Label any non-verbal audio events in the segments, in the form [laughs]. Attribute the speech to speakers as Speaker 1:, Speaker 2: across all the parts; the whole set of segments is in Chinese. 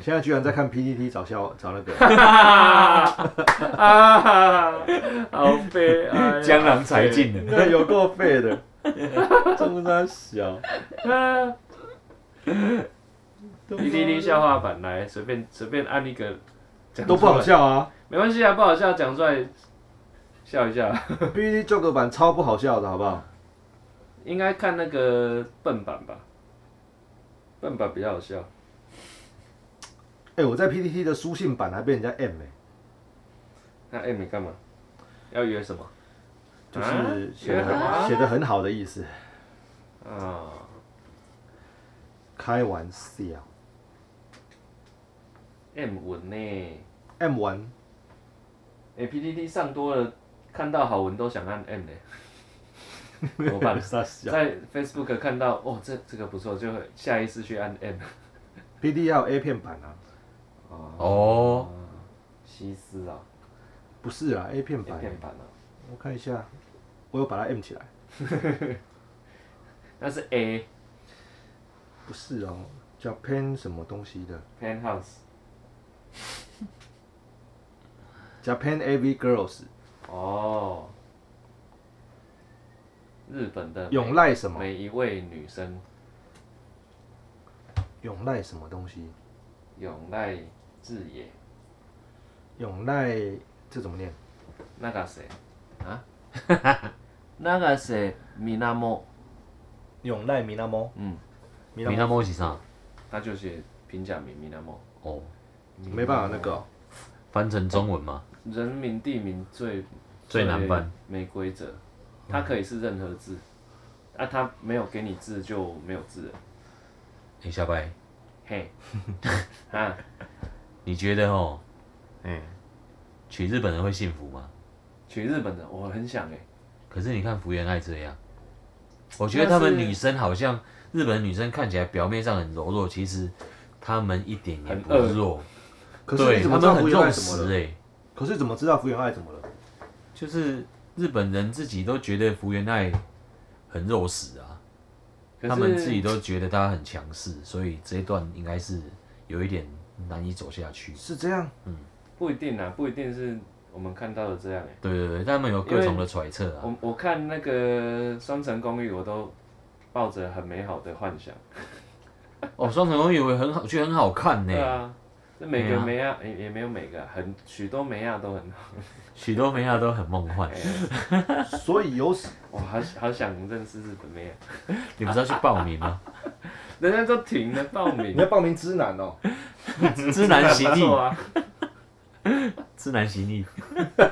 Speaker 1: 现在居然在看 PPT 找笑找那个，
Speaker 2: [laughs] 啊，好悲哀啊，
Speaker 3: 江郎才尽了。
Speaker 1: 那 [laughs] 有够废的，中山小
Speaker 2: 啊。PPT 笑话版来，随便随便按一个，讲
Speaker 1: 都不好
Speaker 2: 出来，
Speaker 1: 笑啊
Speaker 2: 没关系啊，不好笑讲出来笑一
Speaker 1: [laughs]
Speaker 2: 下，
Speaker 1: ，PPT joke 版超不好笑的好不好？
Speaker 2: 应该看那个笨版吧，笨版比较好笑。
Speaker 1: 哎、我在 PPT 的书信版还被人家 M 哎、
Speaker 2: 那 M 干嘛？要约什么？
Speaker 1: 就是写的
Speaker 2: 啊
Speaker 1: 很写的很好的意思，
Speaker 2: 啊，
Speaker 1: 开玩笑
Speaker 2: ，M 文呢、
Speaker 1: ，M 玩？
Speaker 2: 哎、p t t 上多了，看到好文都想按 M 呢、怎么办
Speaker 1: [laughs] 傻笑
Speaker 2: 在 Facebook 看到哦，这这个不错，就会下意识去按 M。
Speaker 1: ，PPT 还有 A 片版啊，
Speaker 2: 哦，
Speaker 3: 哦，
Speaker 2: 西施啊，
Speaker 1: 不是啊 A 片版、
Speaker 2: 片片版啊，
Speaker 1: 我看一下，我有把它 M 起来，
Speaker 2: 那是 A
Speaker 1: 不是哦，叫 Pen 什么东西的
Speaker 2: Penthouse。
Speaker 1: ，Japan AV Girls
Speaker 2: 哦，日本的
Speaker 1: 永赖什么
Speaker 2: 每一位女生
Speaker 1: 永赖什么东西，
Speaker 2: 永濑智也，
Speaker 1: 永赖这怎么念？
Speaker 2: 那个谁啊？ [laughs] 那个谁米纳莫，
Speaker 1: 永濑米拉猫，
Speaker 2: 嗯，
Speaker 1: 米
Speaker 3: 米
Speaker 1: 拉
Speaker 3: 纳
Speaker 1: 猫
Speaker 3: 莫西上
Speaker 2: 他就写平假名米纳莫，
Speaker 3: 哦，
Speaker 1: 没办法那个哦、
Speaker 3: 翻成中文吗？
Speaker 2: 人名地名最
Speaker 3: 最难办，嗯
Speaker 2: 没规则，它可以是任何字，啊，它没有给你字就没有字了，
Speaker 3: 哎，小白， [laughs]
Speaker 2: 嘿，啊，
Speaker 3: 你觉得哦，
Speaker 1: 嗯，
Speaker 3: 娶日本人会幸福吗？
Speaker 2: 娶日本的我很想哎、
Speaker 3: 可是你看福原爱这样，我觉得他们女生好像日本女生看起来表面上很柔弱，其实她们一点也不
Speaker 2: 很恶
Speaker 3: 弱，
Speaker 1: 可是
Speaker 3: 对
Speaker 1: 你怎
Speaker 3: 她
Speaker 1: 么知道
Speaker 3: 们很
Speaker 1: 福原
Speaker 3: 肉
Speaker 1: 爱怎么
Speaker 3: 食
Speaker 1: 了？
Speaker 3: 哎、
Speaker 1: 可是怎么知道福原爱怎么了？
Speaker 3: 就是日本人自己都觉得福原爱很肉食啊，
Speaker 2: 可是
Speaker 3: 他们自己都觉得她很强势，所以这一段应该是有一点难以走下去。
Speaker 1: 是这样，
Speaker 2: 不一定啊，不一定是我们看到的这样哎、
Speaker 3: 对对对，他们有各种的揣测啊。
Speaker 2: 我我看那个《双城公寓》，我都抱着很美好的幻想。
Speaker 3: 哦，双城公寓我很好，我觉得很好看呢、
Speaker 2: 对啊，这每
Speaker 3: 美
Speaker 2: 个
Speaker 3: 亚
Speaker 2: 美亚也也没有每个啊，很许多美亚都很好。
Speaker 3: 许多美亚都很梦
Speaker 2: [laughs]
Speaker 3: 幻
Speaker 2: 哎，
Speaker 3: [laughs]
Speaker 1: 所以有
Speaker 2: 我好好想认识日本美亚，
Speaker 3: 你不是要去报
Speaker 2: [laughs]
Speaker 3: 名吗？
Speaker 2: 人家都停了报
Speaker 1: 你
Speaker 2: 名
Speaker 3: [laughs]
Speaker 1: 要，报名知男哦，
Speaker 3: 知难行
Speaker 2: 不错
Speaker 3: 易，
Speaker 2: 啊。 [laughs]
Speaker 3: 知难行易，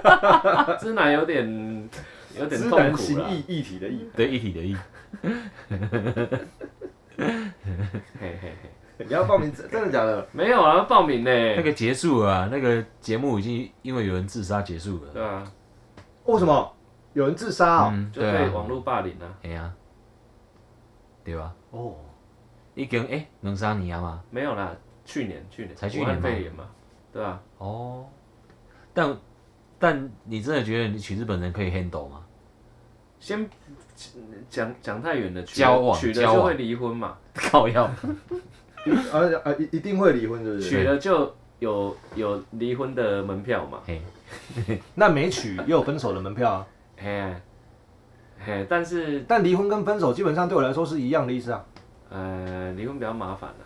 Speaker 2: [laughs] 知男有点有点
Speaker 1: 知
Speaker 2: 痛
Speaker 1: 男
Speaker 2: 苦
Speaker 1: 行
Speaker 2: 了。
Speaker 1: 义义体的义，
Speaker 3: 对一体的一。
Speaker 2: 嘿嘿嘿，
Speaker 1: 你要报名真 [laughs] 真的假的？
Speaker 2: 没有啊，报名呢。
Speaker 3: 那个结束了、啊，那个节目已经因为有人自杀结束了。
Speaker 2: 对啊，
Speaker 1: 为什么有人自杀哦？
Speaker 3: 嗯，
Speaker 2: 就
Speaker 3: 对
Speaker 2: 被
Speaker 3: 啊
Speaker 2: 网，络霸凌啊。
Speaker 3: 哎呀、对吧？
Speaker 1: 哦，
Speaker 3: 已经哎，能杀你啊吗？
Speaker 2: 没有啦，去年去年
Speaker 3: 才去
Speaker 2: 武汉
Speaker 3: 年吗
Speaker 2: 肺炎嘛，对啊吧？
Speaker 3: 哦，但但你真的觉得你娶日本人可以
Speaker 2: [laughs]
Speaker 3: handle 吗？
Speaker 2: 先讲讲太远了，娶
Speaker 3: 交往
Speaker 2: 娶了
Speaker 3: 交
Speaker 2: 就
Speaker 3: 往
Speaker 2: 会离婚嘛。
Speaker 3: 靠要，
Speaker 1: 而而呃一一定会离婚，是不是？
Speaker 2: 娶了就有有离婚的门票嘛，
Speaker 3: 嘿，
Speaker 1: 那没娶也有分手的门票啊，
Speaker 2: 嘿，嘿，但是
Speaker 1: 但离婚跟分手基本上对我来说是一样的意思啊，
Speaker 2: 呃，离婚比较麻烦啊，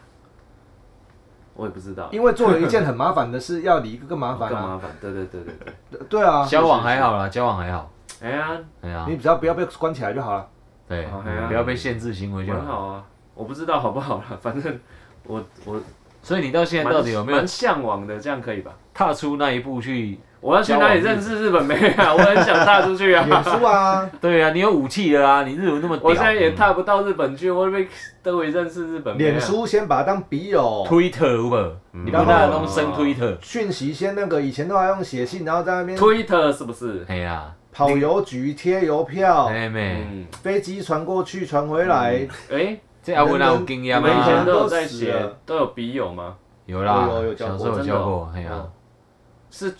Speaker 2: 我也不知道，
Speaker 1: 因为做了一件很麻烦的事，要离一个更麻烦
Speaker 2: 更
Speaker 1: 啊。
Speaker 2: 麻烦，对对对对对，
Speaker 1: 对啊，
Speaker 3: 交往还好啦，交往还好，
Speaker 2: 哎呀，
Speaker 3: 哎呀
Speaker 1: 你，只要不要被关起来就好 [laughs] 了。
Speaker 3: 对
Speaker 2: 哦嘿啊，
Speaker 3: 不要被限制行为就
Speaker 2: 很
Speaker 3: 好。
Speaker 2: 好啊，我不知道好不好啦， [laughs] 反正我我
Speaker 3: 所以你到现在
Speaker 2: 蛮
Speaker 3: 到底有没有
Speaker 2: 蛮向往的，这样可以吧？
Speaker 3: 踏出那一步去？
Speaker 2: 我要去哪里
Speaker 3: 交往
Speaker 2: 认识日本妹啊？ [laughs] 我很想踏出去啊！
Speaker 1: 演出啊，
Speaker 3: 对啊，你有武器了啊，你日文那么屌，
Speaker 2: 我现在也踏不到日本去，我被都会认识日本妹啊。
Speaker 1: 脸书先把它当笔友，
Speaker 3: 推特有无？你不
Speaker 1: 然后
Speaker 3: 那弄升推特，
Speaker 1: 讯息先那个，以前都还用写信，然后在那边
Speaker 2: Twitter 是不是？
Speaker 3: 嘿呀，
Speaker 1: 跑邮局贴邮票，
Speaker 3: 哎嗯妹，
Speaker 2: 嗯，
Speaker 1: 飞机传过去传回来，
Speaker 2: 哎，
Speaker 3: 这阿文哪有经验
Speaker 2: 你们以前
Speaker 3: 吗？
Speaker 2: 都有在
Speaker 1: 都死
Speaker 2: 写
Speaker 1: 了，
Speaker 2: 都有笔友吗？
Speaker 3: 有啦
Speaker 1: 有有有，教
Speaker 3: 小
Speaker 1: 过
Speaker 3: 时候有
Speaker 2: 真的
Speaker 3: 教
Speaker 2: 哦
Speaker 3: 过，嘿呀
Speaker 2: 哦，是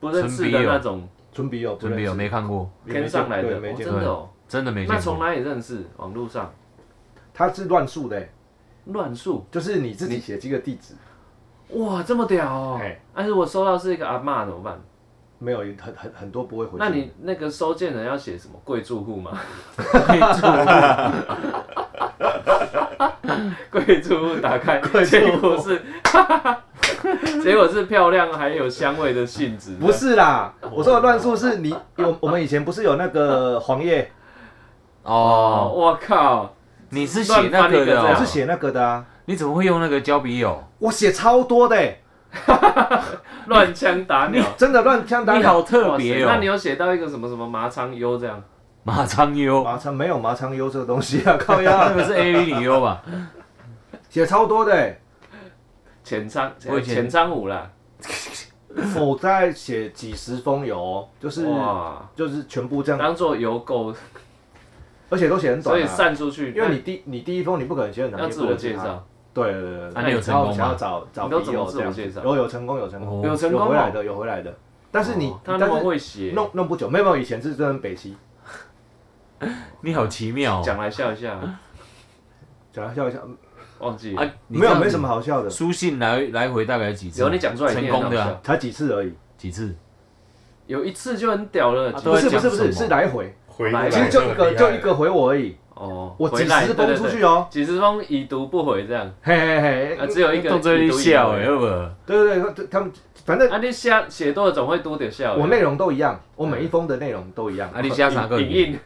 Speaker 2: 不认识的那种
Speaker 1: 纯笔友，
Speaker 3: 准备有没看过？
Speaker 1: 不认识
Speaker 2: 天上来的，
Speaker 1: 对
Speaker 2: 哦
Speaker 1: 没
Speaker 2: 真
Speaker 1: 见过，
Speaker 2: 的哦。
Speaker 3: 真的没
Speaker 2: 那
Speaker 3: 见
Speaker 2: 从
Speaker 3: 过。
Speaker 2: 哪里认识？网络上
Speaker 1: 他是乱数的欸，
Speaker 2: 乱数
Speaker 1: 就是你自己写这个地址，
Speaker 2: 哇，这么屌哦
Speaker 1: 嘿！
Speaker 2: 但是我收到是一个阿嬷怎么办？
Speaker 1: 没有很很很多不会回。
Speaker 2: 那你那个收件人要写什么贵住户吗？ [laughs] 贵住户打
Speaker 1: [laughs]
Speaker 2: 开，结果是，结果是漂亮还有香味的信纸，
Speaker 1: 不是啦，
Speaker 3: 哦
Speaker 1: 我说的乱数是你有我们以前不是有那个黄
Speaker 3: [laughs]
Speaker 1: 页，
Speaker 2: 哦，
Speaker 3: 哦，
Speaker 2: 我靠，
Speaker 3: 你是写那个
Speaker 2: 乱翻一个
Speaker 3: 的、
Speaker 2: 这
Speaker 1: 我
Speaker 2: 样
Speaker 3: 哦
Speaker 1: 是，写那个的啊，
Speaker 3: 你怎么会用那个交笔友？
Speaker 1: 我写超多的欸，
Speaker 2: 乱枪打鸟，
Speaker 1: 真的乱枪打
Speaker 3: 啊你
Speaker 1: 鸟。
Speaker 3: 好特别
Speaker 2: 哇塞那你
Speaker 3: 哦，
Speaker 2: 有写到一个什么什么麻仓优这样？
Speaker 3: 马昌优，
Speaker 1: 麻仓没有麻仓优这个东西啊，靠
Speaker 3: 那
Speaker 1: 呀，
Speaker 3: 个是 AV 女优吧？
Speaker 1: 写超多的
Speaker 3: [laughs]
Speaker 1: 欸。
Speaker 2: 浅仓，
Speaker 3: 我以前
Speaker 2: 浅仓五啦，
Speaker 1: 我在写几十封邮哦，就是
Speaker 2: 哇，
Speaker 1: 就是全部这样，
Speaker 2: 当做邮购，
Speaker 1: 而且都写很
Speaker 2: 所
Speaker 1: 短
Speaker 2: 以
Speaker 1: 啊。
Speaker 2: 散出去，
Speaker 1: 因为你第你第一封你不可能写很长，
Speaker 2: 要
Speaker 1: 你也
Speaker 2: 自
Speaker 1: 不
Speaker 2: 我
Speaker 1: 能给
Speaker 2: 介
Speaker 1: 他。
Speaker 2: 绍，
Speaker 1: 对对对，
Speaker 3: 啊那你有成功吗
Speaker 1: 想要找找
Speaker 2: 你都
Speaker 1: 笔
Speaker 2: 怎么
Speaker 1: 友
Speaker 2: 自
Speaker 1: 这样
Speaker 2: 我介绍
Speaker 1: 有有成功有成功，
Speaker 3: 哦
Speaker 2: 有成功
Speaker 1: 有回来
Speaker 2: 哦，
Speaker 1: 的有回来的，但是你
Speaker 3: 哦
Speaker 2: 他
Speaker 1: 但
Speaker 2: 那么
Speaker 1: 是
Speaker 2: 会写，
Speaker 1: 弄弄不久，没有没有，以前是真的北齐。
Speaker 3: 你好奇妙、哦，
Speaker 2: 讲来笑一下，
Speaker 1: 讲来笑一下，
Speaker 2: 忘记了
Speaker 3: 啊，你
Speaker 1: 没
Speaker 3: 这
Speaker 1: 有
Speaker 3: 样子
Speaker 1: 没什么好笑的，
Speaker 3: 书信来来回大概几次？
Speaker 2: 有你讲出来一定很
Speaker 3: 成功的、
Speaker 2: 好
Speaker 3: 啊、
Speaker 2: 笑
Speaker 1: 才几次而已。
Speaker 3: 几次？
Speaker 2: 有一次就很屌了，
Speaker 3: 啊
Speaker 2: 几
Speaker 3: 都
Speaker 1: 不
Speaker 3: 在
Speaker 1: 是不
Speaker 3: 讲
Speaker 1: 是不是
Speaker 3: 什么
Speaker 1: 是来回，
Speaker 4: 回
Speaker 2: 来
Speaker 1: 其实就一个就一个回我而已，
Speaker 2: 哦，
Speaker 1: 我
Speaker 2: 回
Speaker 1: 几
Speaker 2: 来
Speaker 1: 十封出，去哎哦。
Speaker 2: 对对对几十封已读不回这样，
Speaker 1: 嘿嘿
Speaker 2: 啊，
Speaker 1: 嘿，
Speaker 2: 只有一啊个
Speaker 3: 动作
Speaker 2: 已
Speaker 3: 力
Speaker 2: 读已
Speaker 3: 笑
Speaker 2: 回
Speaker 3: 哎，，要不？
Speaker 1: 对对对，他们反正
Speaker 2: 啊，你写写多了总会多点笑的，
Speaker 1: 我内容都一样，我
Speaker 2: 哎
Speaker 1: 每一封的内容都一样，
Speaker 3: 啊，你加啥个？
Speaker 2: 影印，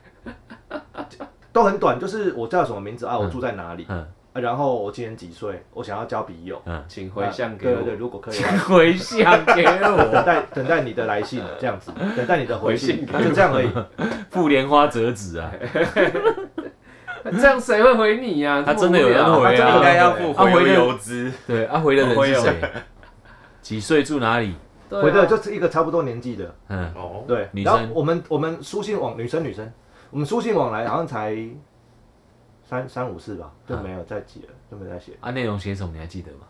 Speaker 1: 都很短，就是我叫什么名字啊，我住在哪里，
Speaker 3: 嗯
Speaker 1: 啊然后我今年几岁，我想要交笔友，
Speaker 3: 嗯，
Speaker 2: 请回
Speaker 1: 啊
Speaker 2: 向给
Speaker 1: 对对对，
Speaker 2: 我，
Speaker 1: 如果可以的话，
Speaker 3: 回向给我 [laughs]
Speaker 1: 等待 [laughs] 等待你的来
Speaker 2: [laughs]
Speaker 1: 信这样子，等待你的回信，
Speaker 2: 回信给
Speaker 1: 就这样而已。
Speaker 3: 富莲花折纸啊，
Speaker 2: 哎这样谁会回你呀？
Speaker 3: 他
Speaker 2: 这么
Speaker 3: 真的有
Speaker 2: 无聊
Speaker 3: 人回
Speaker 4: 这应该
Speaker 3: 啊？
Speaker 4: 要付回邮邮资，
Speaker 3: 对，啊，回的人
Speaker 2: 回
Speaker 3: 是
Speaker 2: 哦
Speaker 3: 谁？几岁住哪里？
Speaker 2: [laughs] 对啊
Speaker 1: 回的就是一个差不多年纪的，
Speaker 3: 嗯，
Speaker 4: 哦，
Speaker 1: 对。
Speaker 3: 女
Speaker 1: 然后
Speaker 3: 生
Speaker 1: 我们我们书信往女生女生，我们书信往来好像才三三五次吧，就
Speaker 3: 嗯
Speaker 1: 没有再挤了，就没有再写，
Speaker 3: 啊，内容写什么你还记得吗？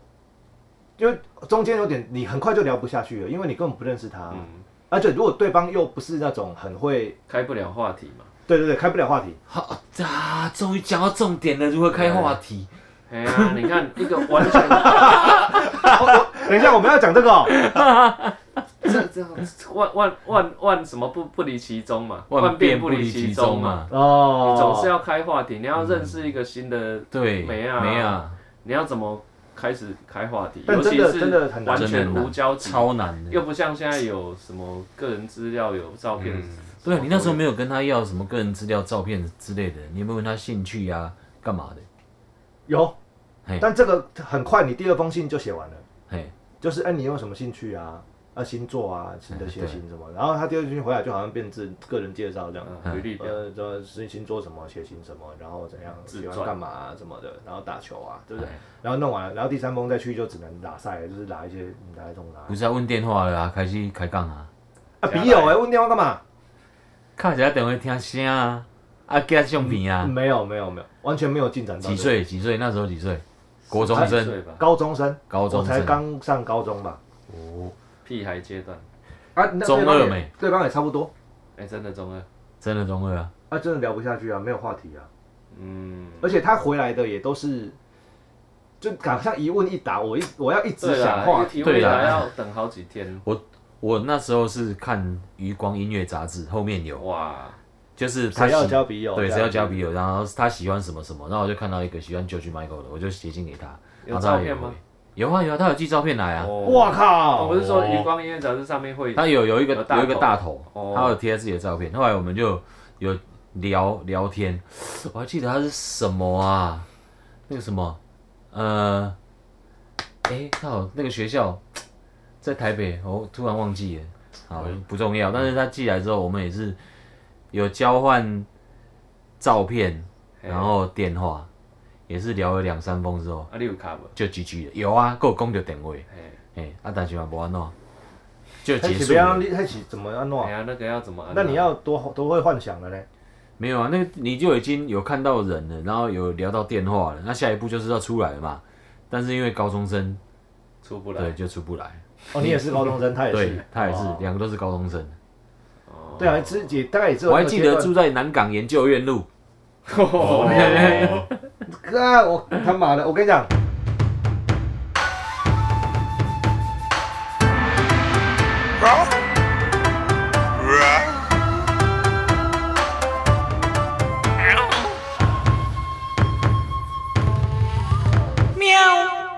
Speaker 1: 因为中间有点你很快就聊不下去了，因为你根本不认识他，
Speaker 2: 嗯，
Speaker 1: 而且如果对方又不是那种很会，
Speaker 2: 开不了话题嘛，
Speaker 1: 对对对，开不了话题，
Speaker 3: 好啊，终于讲到重点了，如何开话题？
Speaker 2: 哎呀，你看一个完全 [laughs]
Speaker 1: 等一下，我们要讲这个、哦，
Speaker 2: 这这万万万万什么不不离其宗嘛，
Speaker 3: 变
Speaker 2: 不
Speaker 3: 离
Speaker 2: 其啊
Speaker 3: 宗啊
Speaker 2: 嘛，
Speaker 3: 嘛。
Speaker 1: 哦嗯
Speaker 2: 你总是要开话题，你要认识一个新的，
Speaker 3: 对，
Speaker 2: 没啊
Speaker 3: 没啊，
Speaker 2: 你要怎么开始开话题？
Speaker 1: 但
Speaker 2: 尤
Speaker 1: 真
Speaker 2: 其
Speaker 1: 的
Speaker 2: 是
Speaker 1: 真的很难
Speaker 2: 完全无交集，
Speaker 3: 超难的。
Speaker 2: 又不像现在有什么个人资料、有照片。
Speaker 3: 对啊，你那时候没有跟他要什么个人资料、照片之类的，你有没有问他兴趣啊、干嘛的？
Speaker 1: 有
Speaker 3: 嘿，
Speaker 1: 但这个很快，你第二封信就写完了。
Speaker 3: 嘿，
Speaker 1: 就是哎、你有什么兴趣啊？啊，星座啊，新的血型什
Speaker 3: 哎
Speaker 1: 么？然后他第二句回来就好像变成个人介绍这样，
Speaker 2: 嗯，履历表，
Speaker 1: 呃，这是星座什么，血型什么，然后怎样
Speaker 2: 自
Speaker 1: 喜
Speaker 2: 传
Speaker 1: 欢干嘛、啊、什么的，然后打球啊，对不对
Speaker 3: 哎？
Speaker 1: 然后弄完了，然后第三封再去就只能打赛，就是打一些你打一种打
Speaker 3: 不是要问电话了啊，开始开杠啊，
Speaker 1: 啊，笔友哎，问电话干嘛？
Speaker 3: 看起来等会听声啊，啊，加相片啊，
Speaker 1: 没有没有没有，完全没有进展到这
Speaker 3: 几
Speaker 1: 个？
Speaker 3: 岁？几岁？那时候几岁？国中
Speaker 2: 几
Speaker 3: 生，
Speaker 2: 岁吧，
Speaker 1: 高中生，
Speaker 3: 高中
Speaker 1: 我才
Speaker 3: 生，
Speaker 1: 刚上高中吧？
Speaker 2: 屁孩阶段，
Speaker 1: 啊，那
Speaker 3: 中
Speaker 1: 对方也
Speaker 3: 二没？
Speaker 1: 对方也差不多
Speaker 2: 哎，真的中二，
Speaker 3: 真的中二啊，
Speaker 1: 啊，真的聊不下去啊，没有话题啊。
Speaker 2: 嗯，
Speaker 1: 而且他回来的也都是，就好像一问一答，我一我要一直
Speaker 2: 对啦
Speaker 1: 想，话
Speaker 2: 一个
Speaker 1: 题
Speaker 2: 提。问
Speaker 3: 对啦啊
Speaker 2: 来要等好几天，
Speaker 3: 我那时候是看《余光音乐杂志》，后面有，
Speaker 2: 哇，
Speaker 3: 就是他
Speaker 1: 谁要
Speaker 3: 喜
Speaker 1: 交笔友？
Speaker 3: 对，
Speaker 1: 这
Speaker 3: 谁
Speaker 1: 样
Speaker 3: 要交笔友，然后他喜欢什么什么，然后我就看到一个喜欢 George Michael 的，我就写信给他，然
Speaker 2: 有
Speaker 3: 后他
Speaker 2: 照
Speaker 3: 也
Speaker 2: 片
Speaker 3: 回
Speaker 2: 吗？哦
Speaker 3: 有啊有啊，他有寄照片来啊，哦
Speaker 1: 哇靠！
Speaker 2: 我是说余光音乐杂志上面会
Speaker 3: 他有有一个
Speaker 2: 有大头
Speaker 3: 有一个大头，
Speaker 2: 哦
Speaker 3: 他有贴自己的照片，后来我们就有聊聊天， [sniffs] 我还记得他是什么啊，那个什么，呃，哎，他好那个学校在台北，我突然忘记了，好不重要，但是他寄来之后，我们也是有交换照片，
Speaker 2: 嘿
Speaker 3: 然后电话，也是聊了两三封之后
Speaker 2: 啊，你有卡无？
Speaker 3: 就 GG 了，有啊，够讲着电话，
Speaker 2: 哎，
Speaker 3: 哎，啊，但是嘛无安怎，就
Speaker 1: 他
Speaker 3: 结
Speaker 1: 起
Speaker 3: 束
Speaker 1: 不
Speaker 3: 了
Speaker 1: 要。他起怎么样弄
Speaker 2: 哎
Speaker 1: 啊？
Speaker 2: 呀，那个要怎么按啊？
Speaker 1: 那你要多多会幻想了嘞。
Speaker 3: 没有啊，那个你就已经有看到人了，然后有聊到电话了，那下一步就是要出来了嘛。但是因为高中生，
Speaker 2: 出不
Speaker 3: 对，
Speaker 2: 来，
Speaker 3: 就出不来。
Speaker 1: 哦，你也是高中生，他也
Speaker 3: 对
Speaker 1: 是。
Speaker 3: 他也是
Speaker 1: 哦，
Speaker 3: 两个都是高中生。
Speaker 2: 哦
Speaker 1: 对啊，自己大概也只有
Speaker 3: 我还
Speaker 1: 那个
Speaker 3: 记
Speaker 1: 阶
Speaker 3: 得
Speaker 1: 段
Speaker 3: 住在南港研究院路，
Speaker 4: 哦，
Speaker 2: [laughs]
Speaker 1: 啊，我他妈的，我跟你讲，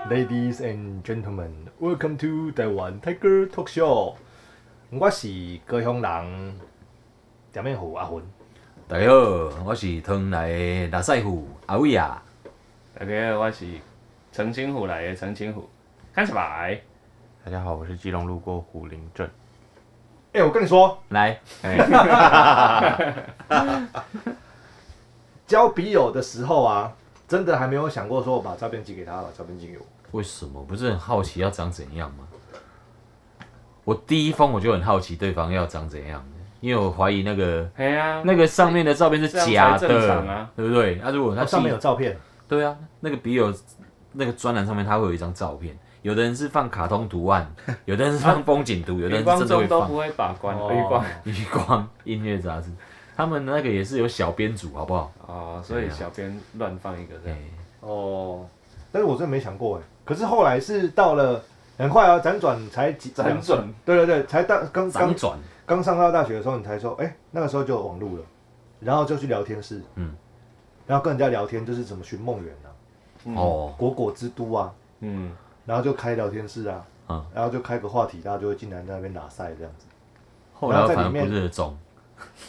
Speaker 1: Ladies and gentlemen, welcome to Taiwan Tiger Talk Show。我是高雄人，店面虎阿魂。
Speaker 3: 大家好，我是汤来的拉塞虎阿伟啊。
Speaker 2: 大家好，哎我是澄清湖来的澄清湖，看起来，
Speaker 4: 大家好，我是基隆路过虎林镇。
Speaker 1: 哎、我跟你说，
Speaker 3: 来，
Speaker 1: 交笔友的时候啊，真的还没有想过说我把照片寄给他，把照片寄给我。
Speaker 3: 为什么不是很好奇要长怎样吗？我第一封我就很好奇对方要长怎样，因为我怀疑那个
Speaker 2: 嘿啊，
Speaker 3: 那个上面的照片是假
Speaker 2: 这样才正
Speaker 3: 的，
Speaker 2: 常啊
Speaker 3: 对不对？那、如果他
Speaker 1: 他哦上面有
Speaker 3: 有
Speaker 1: 照片，
Speaker 3: 对啊，那个笔友那个专栏上面他会有一张照片，有的人是放卡通图
Speaker 1: [laughs]
Speaker 3: 案，有的人是放风景
Speaker 1: 啊
Speaker 3: 图，有
Speaker 2: 余
Speaker 3: 的人
Speaker 2: 光
Speaker 3: 是真的
Speaker 2: 中都
Speaker 3: 会放
Speaker 2: 不会把关，
Speaker 1: 哦
Speaker 2: 余光
Speaker 3: 余光音乐杂志，他们那个也是有小编组，好不好？
Speaker 2: 哦，所以
Speaker 3: 对啊
Speaker 2: 小编乱放一个这
Speaker 3: 哎、
Speaker 2: 样，
Speaker 1: 哦，但是我真的没想过哎。可是后来是到了很快啊，辗转才几
Speaker 2: 辗转，
Speaker 1: 对对对，才到刚
Speaker 3: 辗
Speaker 1: 刚
Speaker 3: 转
Speaker 1: 刚上到大学的时候，你才说，哎、那个时候就有网络了，然后就去聊天室，
Speaker 3: 嗯，
Speaker 1: 然后跟人家聊天就是怎么寻梦园啊，
Speaker 2: 嗯，
Speaker 3: 哦，
Speaker 1: 果果之都啊，
Speaker 2: 嗯，
Speaker 1: 然后就开聊天室啊，
Speaker 3: 嗯
Speaker 1: 然后就开个话题，大家就会进来在那边打赛这样子，
Speaker 3: 后来
Speaker 1: 然后在里
Speaker 3: 反
Speaker 1: 面
Speaker 3: 而不热衷，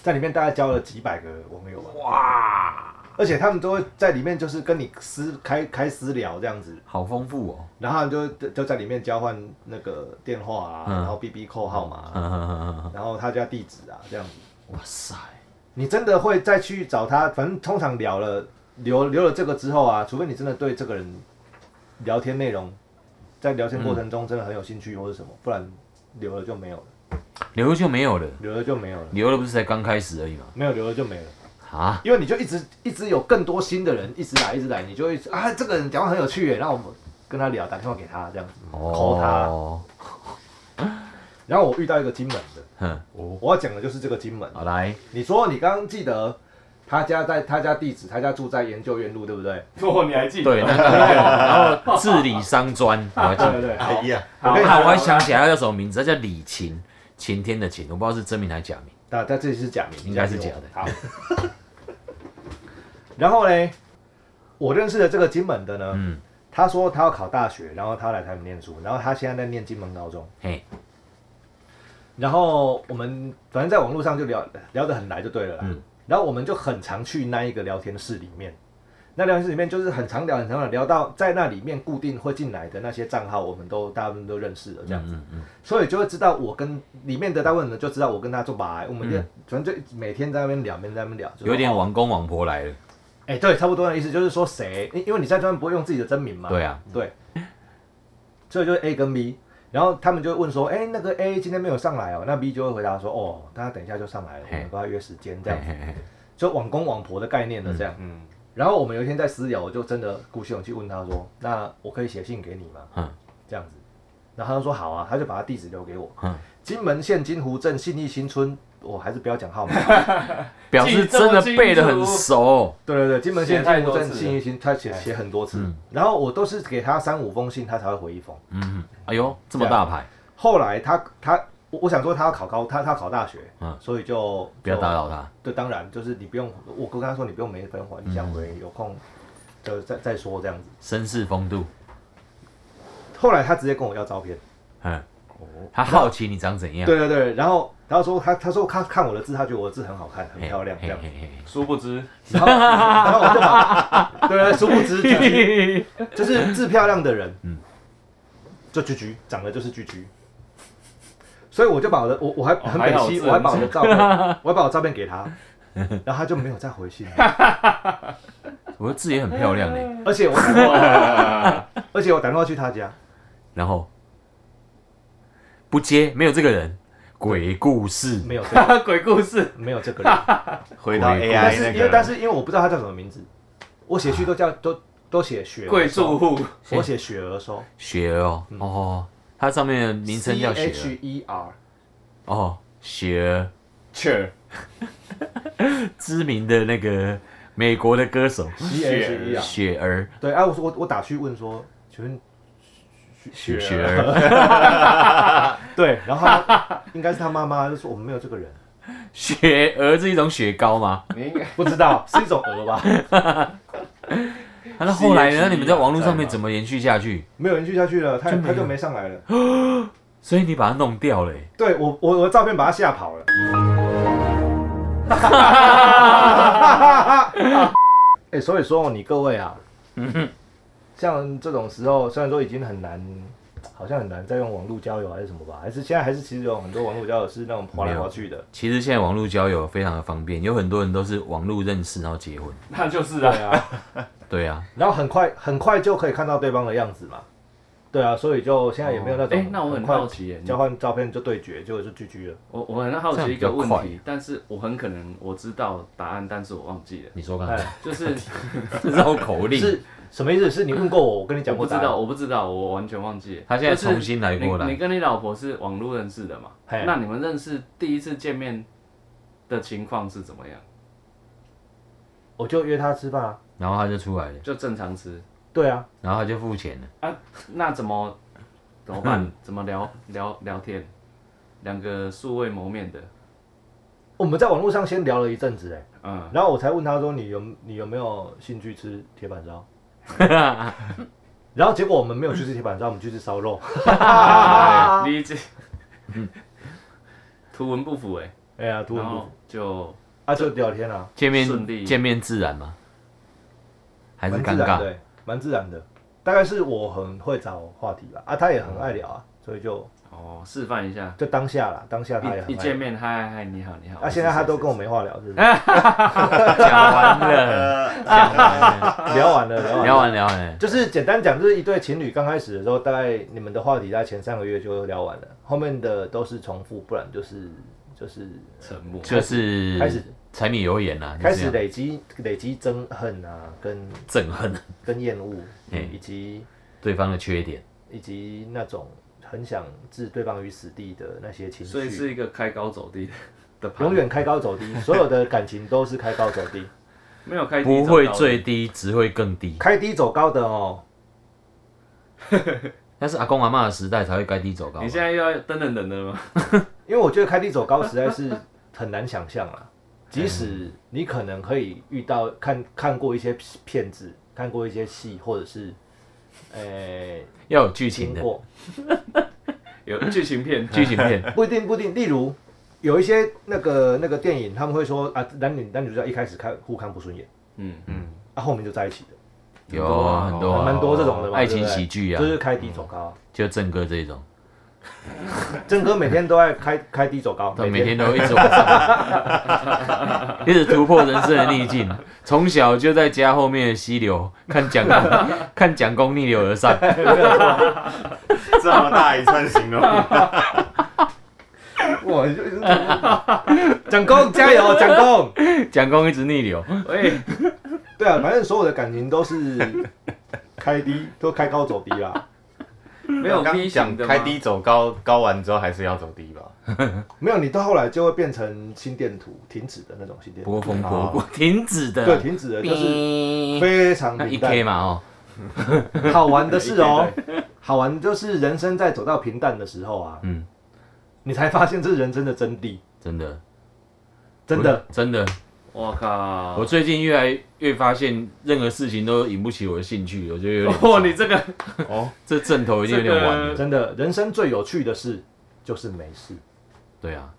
Speaker 1: 在里面大概交了几百个网友吧，
Speaker 3: 哇，
Speaker 1: 而且他们都会在里面就是跟你私开开私聊这样子，
Speaker 3: 好丰富哦。
Speaker 1: 然后他们就就就在里面交换那个电话啊，
Speaker 3: 嗯
Speaker 1: 然后 B B 扣号码、啊，
Speaker 3: 嗯嗯嗯嗯
Speaker 1: 然后他家地址啊这样子。
Speaker 3: [laughs] 嗯哇塞，
Speaker 1: 你真的会再去找他，反正通常聊了留留了这个之后啊，除非你真的对这个人聊天内容在聊天过程中真的很有兴趣或者什么，不然留了就没有了，
Speaker 3: 留了就没有了，
Speaker 1: 留了就没有了，
Speaker 3: 留了不是才刚开始而已吗？
Speaker 1: 没有留了就没了，
Speaker 3: 啊，
Speaker 1: 因为你就一直一直有更多新的人一直来一直来，你就会啊这个人讲话很有趣耶，然后我们跟他聊，打电话给他这样子，抠他。
Speaker 3: 哦，
Speaker 1: 然后我遇到一个金门的，
Speaker 3: 哼，
Speaker 1: 我要讲的就是这个金门。
Speaker 3: 好来，
Speaker 1: 你说你刚刚记得他家在他家地址，他家住在研究院路，对不对？
Speaker 2: 哦，你还记
Speaker 3: 对，
Speaker 2: 得？
Speaker 3: 那个然后治理商专，我还记
Speaker 1: 对
Speaker 3: 得
Speaker 1: 对。对。
Speaker 4: 哎呀，
Speaker 2: 好，
Speaker 1: 我跟你
Speaker 3: 啊，我
Speaker 2: 好
Speaker 3: 还想起来他叫什么名字，他叫李晴，晴天的晴，我不知道是真名还是假名，
Speaker 1: 那但这里是假名，
Speaker 3: 应该是假
Speaker 1: 名。
Speaker 3: 的。
Speaker 2: 好，
Speaker 1: [laughs] 然后呢，我认识的这个金门的呢，
Speaker 3: 嗯，
Speaker 1: 他说他要考大学，然后他来台北念书，然后他现在在念金门高中。
Speaker 3: 嘿，
Speaker 1: 然后我们反正在网络上就聊聊得很来就对了啦。
Speaker 3: 嗯
Speaker 1: 然后我们就很常去那一个聊天室里面，那聊天室里面就是很常聊很常聊，聊到在那里面固定会进来的那些账号，我们都大部分都认识了这样子，
Speaker 3: 嗯嗯
Speaker 1: 所以就会知道我跟里面的大部分人就知道我跟他做白，我们就、
Speaker 3: 嗯
Speaker 1: 反正就每天在那边聊，每天在那边聊，就
Speaker 3: 嗯，
Speaker 1: 说
Speaker 3: 有点王公王婆来了。
Speaker 1: 哎、对，差不多的意思就是说谁，因因为你在这边不会用自己的真名嘛，
Speaker 3: 对啊，
Speaker 1: 对，所以就是 A 跟 B，然后他们就会问说，哎、那个 A 今天没有上来哦，那 B 就会回答说，哦，他等一下就上来了，我
Speaker 3: 嘿
Speaker 1: 们跟他约时间这
Speaker 3: 嘿
Speaker 1: 样，
Speaker 3: 嘿嘿，
Speaker 1: 就网公网婆的概念的这样。
Speaker 2: 嗯，
Speaker 1: 然后我们有一天在私聊，我就真的鼓起勇气问他说，那我可以写信给你吗？
Speaker 3: 嗯
Speaker 1: 这样子，然后他就说好啊，他就把他地址留给我，
Speaker 3: 嗯
Speaker 1: 金门县金湖镇信义新村，我还是不要讲
Speaker 2: [laughs]
Speaker 1: 号码，
Speaker 3: 表示真的背得很熟。
Speaker 1: 对对对，金门县
Speaker 2: 写太
Speaker 1: 金湖
Speaker 2: 多
Speaker 1: 镇
Speaker 2: 次
Speaker 1: 信义新，他写
Speaker 2: 哎
Speaker 1: 写很多次，
Speaker 3: 嗯
Speaker 1: 然后我都是给他三五封信，他才会回一封。
Speaker 3: 嗯，哎呦，这么大牌，
Speaker 1: 后来他他我我想说他要考高，他他考大学，
Speaker 3: 嗯
Speaker 1: 所以就
Speaker 3: 不要打。
Speaker 1: 就
Speaker 3: 扰他。
Speaker 1: 对，当然就是你不用，我跟他说你不用没分还，
Speaker 3: 嗯
Speaker 1: 你想回有空就再再说这样子。
Speaker 3: 绅士风度，
Speaker 1: 后来他直接跟我要照片，
Speaker 3: 嗯，他好奇你长怎样，
Speaker 1: 哦对对对，然后然后说他他说他看我的字，他觉得我的字很好看，很
Speaker 3: 嘿
Speaker 1: 漂亮这样
Speaker 3: 嘿。嘿嘿
Speaker 2: 殊不知，
Speaker 1: 然后然后我就把对对，殊不知就是就是字漂亮的人，嗯
Speaker 3: 嗯，
Speaker 1: 就居居，长得就是居居。所以我就把我的我我还
Speaker 2: 哦
Speaker 1: 很北
Speaker 2: 还好
Speaker 1: 西，
Speaker 2: 字
Speaker 1: 我还把我的照
Speaker 3: [laughs]
Speaker 1: 片，我还把我照片给他，然后他就没有再回信了。
Speaker 3: 我的字也很漂亮嘞。
Speaker 1: 而且我 [laughs] 而且我打电话去他家，
Speaker 3: 然后不接，没有这个人，鬼故事。
Speaker 1: 没有这
Speaker 2: [laughs]
Speaker 1: 个
Speaker 2: 鬼故事，
Speaker 1: 没有这个人，
Speaker 3: 啊
Speaker 4: 回到
Speaker 3: 鬼
Speaker 1: 但
Speaker 4: AI
Speaker 1: 是
Speaker 4: 那
Speaker 1: 因为但
Speaker 4: 个，
Speaker 1: 是因为我不知道他叫什么名字，我写序都叫都都写雪儿
Speaker 2: 贵
Speaker 1: 收
Speaker 2: 住，户，
Speaker 1: 我写雪儿收，
Speaker 3: 雪儿哦，哦，它上面的名称叫
Speaker 1: 嗯
Speaker 3: 雪
Speaker 1: H
Speaker 3: 儿
Speaker 1: E R，
Speaker 3: 哦，雪儿。
Speaker 2: 确
Speaker 3: 知名的那个美国的歌手
Speaker 1: C H E R，
Speaker 3: 雪儿，
Speaker 1: 对，哎，我说我我打去问说，请问
Speaker 3: 雪
Speaker 1: 雪
Speaker 3: 雪儿，
Speaker 1: 对，然后 [laughs] 他应该是他妈妈就说我们没有这个人，
Speaker 3: 雪儿是一种雪糕吗？
Speaker 1: [laughs]
Speaker 2: 你应该
Speaker 1: 不知道是一种鹅吧？
Speaker 3: 啊那后来
Speaker 2: 是延
Speaker 3: 呢？
Speaker 2: 续
Speaker 3: 你们在网络上
Speaker 2: 在
Speaker 3: 面
Speaker 2: 吗
Speaker 3: 怎么延续下去？
Speaker 1: 没有延续下去了，他
Speaker 3: 就没
Speaker 1: 他就
Speaker 3: 了
Speaker 1: 没上来了。
Speaker 3: 所以你把它弄掉了欸、
Speaker 1: 对我我我的照片把他吓跑 [laughs] 了。哎、所以说你各位啊，像这种时候，虽然说已经很难，好像很难再用网络交友还是什么吧，还是现在还是其实有很多网络交友是那种划来划去的。
Speaker 3: 其实现在网络交友非常的方便，有很多人都是网络认识然后结婚。
Speaker 2: 那就是
Speaker 1: 对
Speaker 2: 啊，
Speaker 1: 啊，
Speaker 3: 对啊，
Speaker 1: 然后很快很快就可以看到对方的样子嘛。对啊，所以就现在也没有哦那种
Speaker 2: 哎那我很
Speaker 1: 快
Speaker 2: 好奇耶你
Speaker 1: 交换照片就对决，结果就聚居了。
Speaker 2: 我我很好
Speaker 3: 这样
Speaker 2: 奇
Speaker 3: 比
Speaker 2: 一个
Speaker 3: 较
Speaker 2: 问
Speaker 3: 快
Speaker 2: 题，但是我很可能我知道答案，但是我忘记了，
Speaker 3: 你说刚
Speaker 1: 哎
Speaker 3: 才，
Speaker 2: 就是
Speaker 3: 绕口令，
Speaker 1: 是什么意思？是你问过我，我跟你
Speaker 2: 我
Speaker 1: 讲
Speaker 2: 不
Speaker 1: 过
Speaker 2: 知
Speaker 1: 答案
Speaker 2: 道，我不知道，我完全忘记了。
Speaker 3: 他现在
Speaker 2: 就是
Speaker 3: 重新来过
Speaker 2: 你你
Speaker 3: 了。
Speaker 2: 跟你老婆是网络认识的嘛？
Speaker 1: 嘿
Speaker 2: 那你们认识第一次见面的情况是怎么样？
Speaker 1: 我就约他吃饭啊。
Speaker 3: 然后他就出来了，
Speaker 2: 就正常吃
Speaker 1: 对啊，
Speaker 3: 然后他就付钱了。
Speaker 2: 啊？那怎么怎么办？
Speaker 1: 嗯
Speaker 2: 怎么聊聊聊天？两个素未谋
Speaker 1: [laughs]
Speaker 2: 面的，
Speaker 1: 我们在网络上先聊了一阵子哎、
Speaker 2: 嗯，
Speaker 1: 然后我才问他说你有你有没有兴趣吃铁
Speaker 2: [laughs]
Speaker 1: 板烧？然后结果我们没有去吃铁板烧，我们去吃烧肉。 [laughs]
Speaker 2: 理解。图文不符哎、
Speaker 1: 哎呀，嗯图文
Speaker 2: 然
Speaker 1: 不
Speaker 2: 后就
Speaker 1: 啊就聊天啊，
Speaker 3: 见
Speaker 2: 顺利
Speaker 3: 面见面自然吗？还是
Speaker 1: 蛮
Speaker 3: 尴
Speaker 1: 自然的、
Speaker 3: 尬？
Speaker 1: 欸，蛮自然的。大概是我很会找话题吧，啊，他也很爱聊啊，所以就
Speaker 2: 哦示范一下，
Speaker 1: 就当下啦，当下他
Speaker 2: 一
Speaker 1: 也
Speaker 2: 一
Speaker 1: 很爱
Speaker 2: 见
Speaker 1: 聊。
Speaker 2: 面哎嗨嗨你好你好。
Speaker 1: 啊，现在他都跟我没话聊，是不
Speaker 3: 讲完了，
Speaker 1: 是？ [laughs] 聊完了，聊完了。
Speaker 3: 聊完聊完了，
Speaker 1: 就是简单讲，就是一对情侣刚开始的时候，大概你们的话题在前三个月就聊完了，后面的都是重复，不然就是就是
Speaker 2: 沉默，
Speaker 3: 就
Speaker 1: 开始
Speaker 3: 是柴米油盐啊，就
Speaker 1: 开
Speaker 3: 这
Speaker 1: 始
Speaker 3: 样
Speaker 1: 累积累积憎恨啊，跟
Speaker 3: 憎恨
Speaker 1: 跟厌恶，
Speaker 3: 嗯
Speaker 1: 以及
Speaker 3: 对方的缺点。
Speaker 1: 以及那种很想置对方于死地的那些情
Speaker 2: 所以
Speaker 1: 绪，
Speaker 2: 是一个开高走低的盘，
Speaker 1: 永远开高走低，所有的感情都是开高走
Speaker 2: [laughs]
Speaker 1: 低，
Speaker 2: 没有开低
Speaker 3: 不
Speaker 2: 走
Speaker 3: 会
Speaker 2: 高的
Speaker 3: 最低，只会更低。
Speaker 1: 开低走高的哦，
Speaker 3: 但是阿公阿妈的时代才会该低走高吧
Speaker 2: 你。现在又要等等等的吗？
Speaker 1: 因为我觉得开低走高实在是很难想象
Speaker 3: [laughs]
Speaker 1: 啊，即使
Speaker 3: 嗯
Speaker 1: 你可能可以遇到看看过一些片子，看过一些戏，或者是呃
Speaker 3: 要有剧情
Speaker 1: 听
Speaker 3: 的
Speaker 1: 过，
Speaker 2: 有剧情片，
Speaker 3: 剧
Speaker 1: [laughs]
Speaker 3: 情片，
Speaker 1: 不一定不一定。例如有一些那个那个电影，他们会说啊，男女男女主角一开始看互看不顺眼，
Speaker 2: 嗯，
Speaker 1: 啊后面就在一起了，
Speaker 3: 有啊很多
Speaker 1: 蛮
Speaker 3: 啊，
Speaker 1: 多这种的嘛，
Speaker 3: 爱
Speaker 1: 对
Speaker 3: 情
Speaker 1: 不对
Speaker 3: 喜剧啊
Speaker 1: 就，是开低走高啊。
Speaker 3: 就正哥这一种，
Speaker 1: 郑哥每天都在开开低走高，
Speaker 3: 他嗯每天都一直往上， [laughs] 一直突破人生的逆境。从小就在家后面的溪流看蒋 [laughs] 公，看蒋公逆流而上，
Speaker 4: [laughs] 这么大一串形容，
Speaker 1: 我蒋公加
Speaker 3: [laughs]
Speaker 1: 油，蒋公。
Speaker 3: 蒋公一直逆流，
Speaker 2: 喂，
Speaker 1: 对啊，反正所有的感情都是开低，都开高走低啊啦。
Speaker 2: [laughs] 没有
Speaker 4: 刚
Speaker 2: V
Speaker 4: 讲
Speaker 2: 型的吗
Speaker 4: 开低走高，高完之后还是要走低吧？
Speaker 1: 没有，你到后来就会变成心电图停止的那种心电
Speaker 3: 波
Speaker 1: 图，
Speaker 3: 峰波谷停止的，
Speaker 1: 对，停止的就是
Speaker 3: 哔
Speaker 1: 非常
Speaker 3: 那一
Speaker 1: 平
Speaker 3: K
Speaker 1: 淡。
Speaker 3: 嘛哦，
Speaker 1: [laughs] 好玩的是哦，好玩就是人生在走到平淡的时候啊，
Speaker 3: 嗯
Speaker 1: 你才发现这是人生的真谛，
Speaker 3: 真的
Speaker 1: 真的。
Speaker 3: 真的，
Speaker 2: 我靠，
Speaker 3: 我最近越来越发现，任何事情都引不起我的兴趣，我觉得有点
Speaker 2: [laughs] 哦，你这个
Speaker 4: 哦，
Speaker 3: 这阵头已经有点晚
Speaker 2: 这
Speaker 3: 了。
Speaker 2: 个
Speaker 1: 真的，人生最有趣的事就是没事。
Speaker 3: 对啊，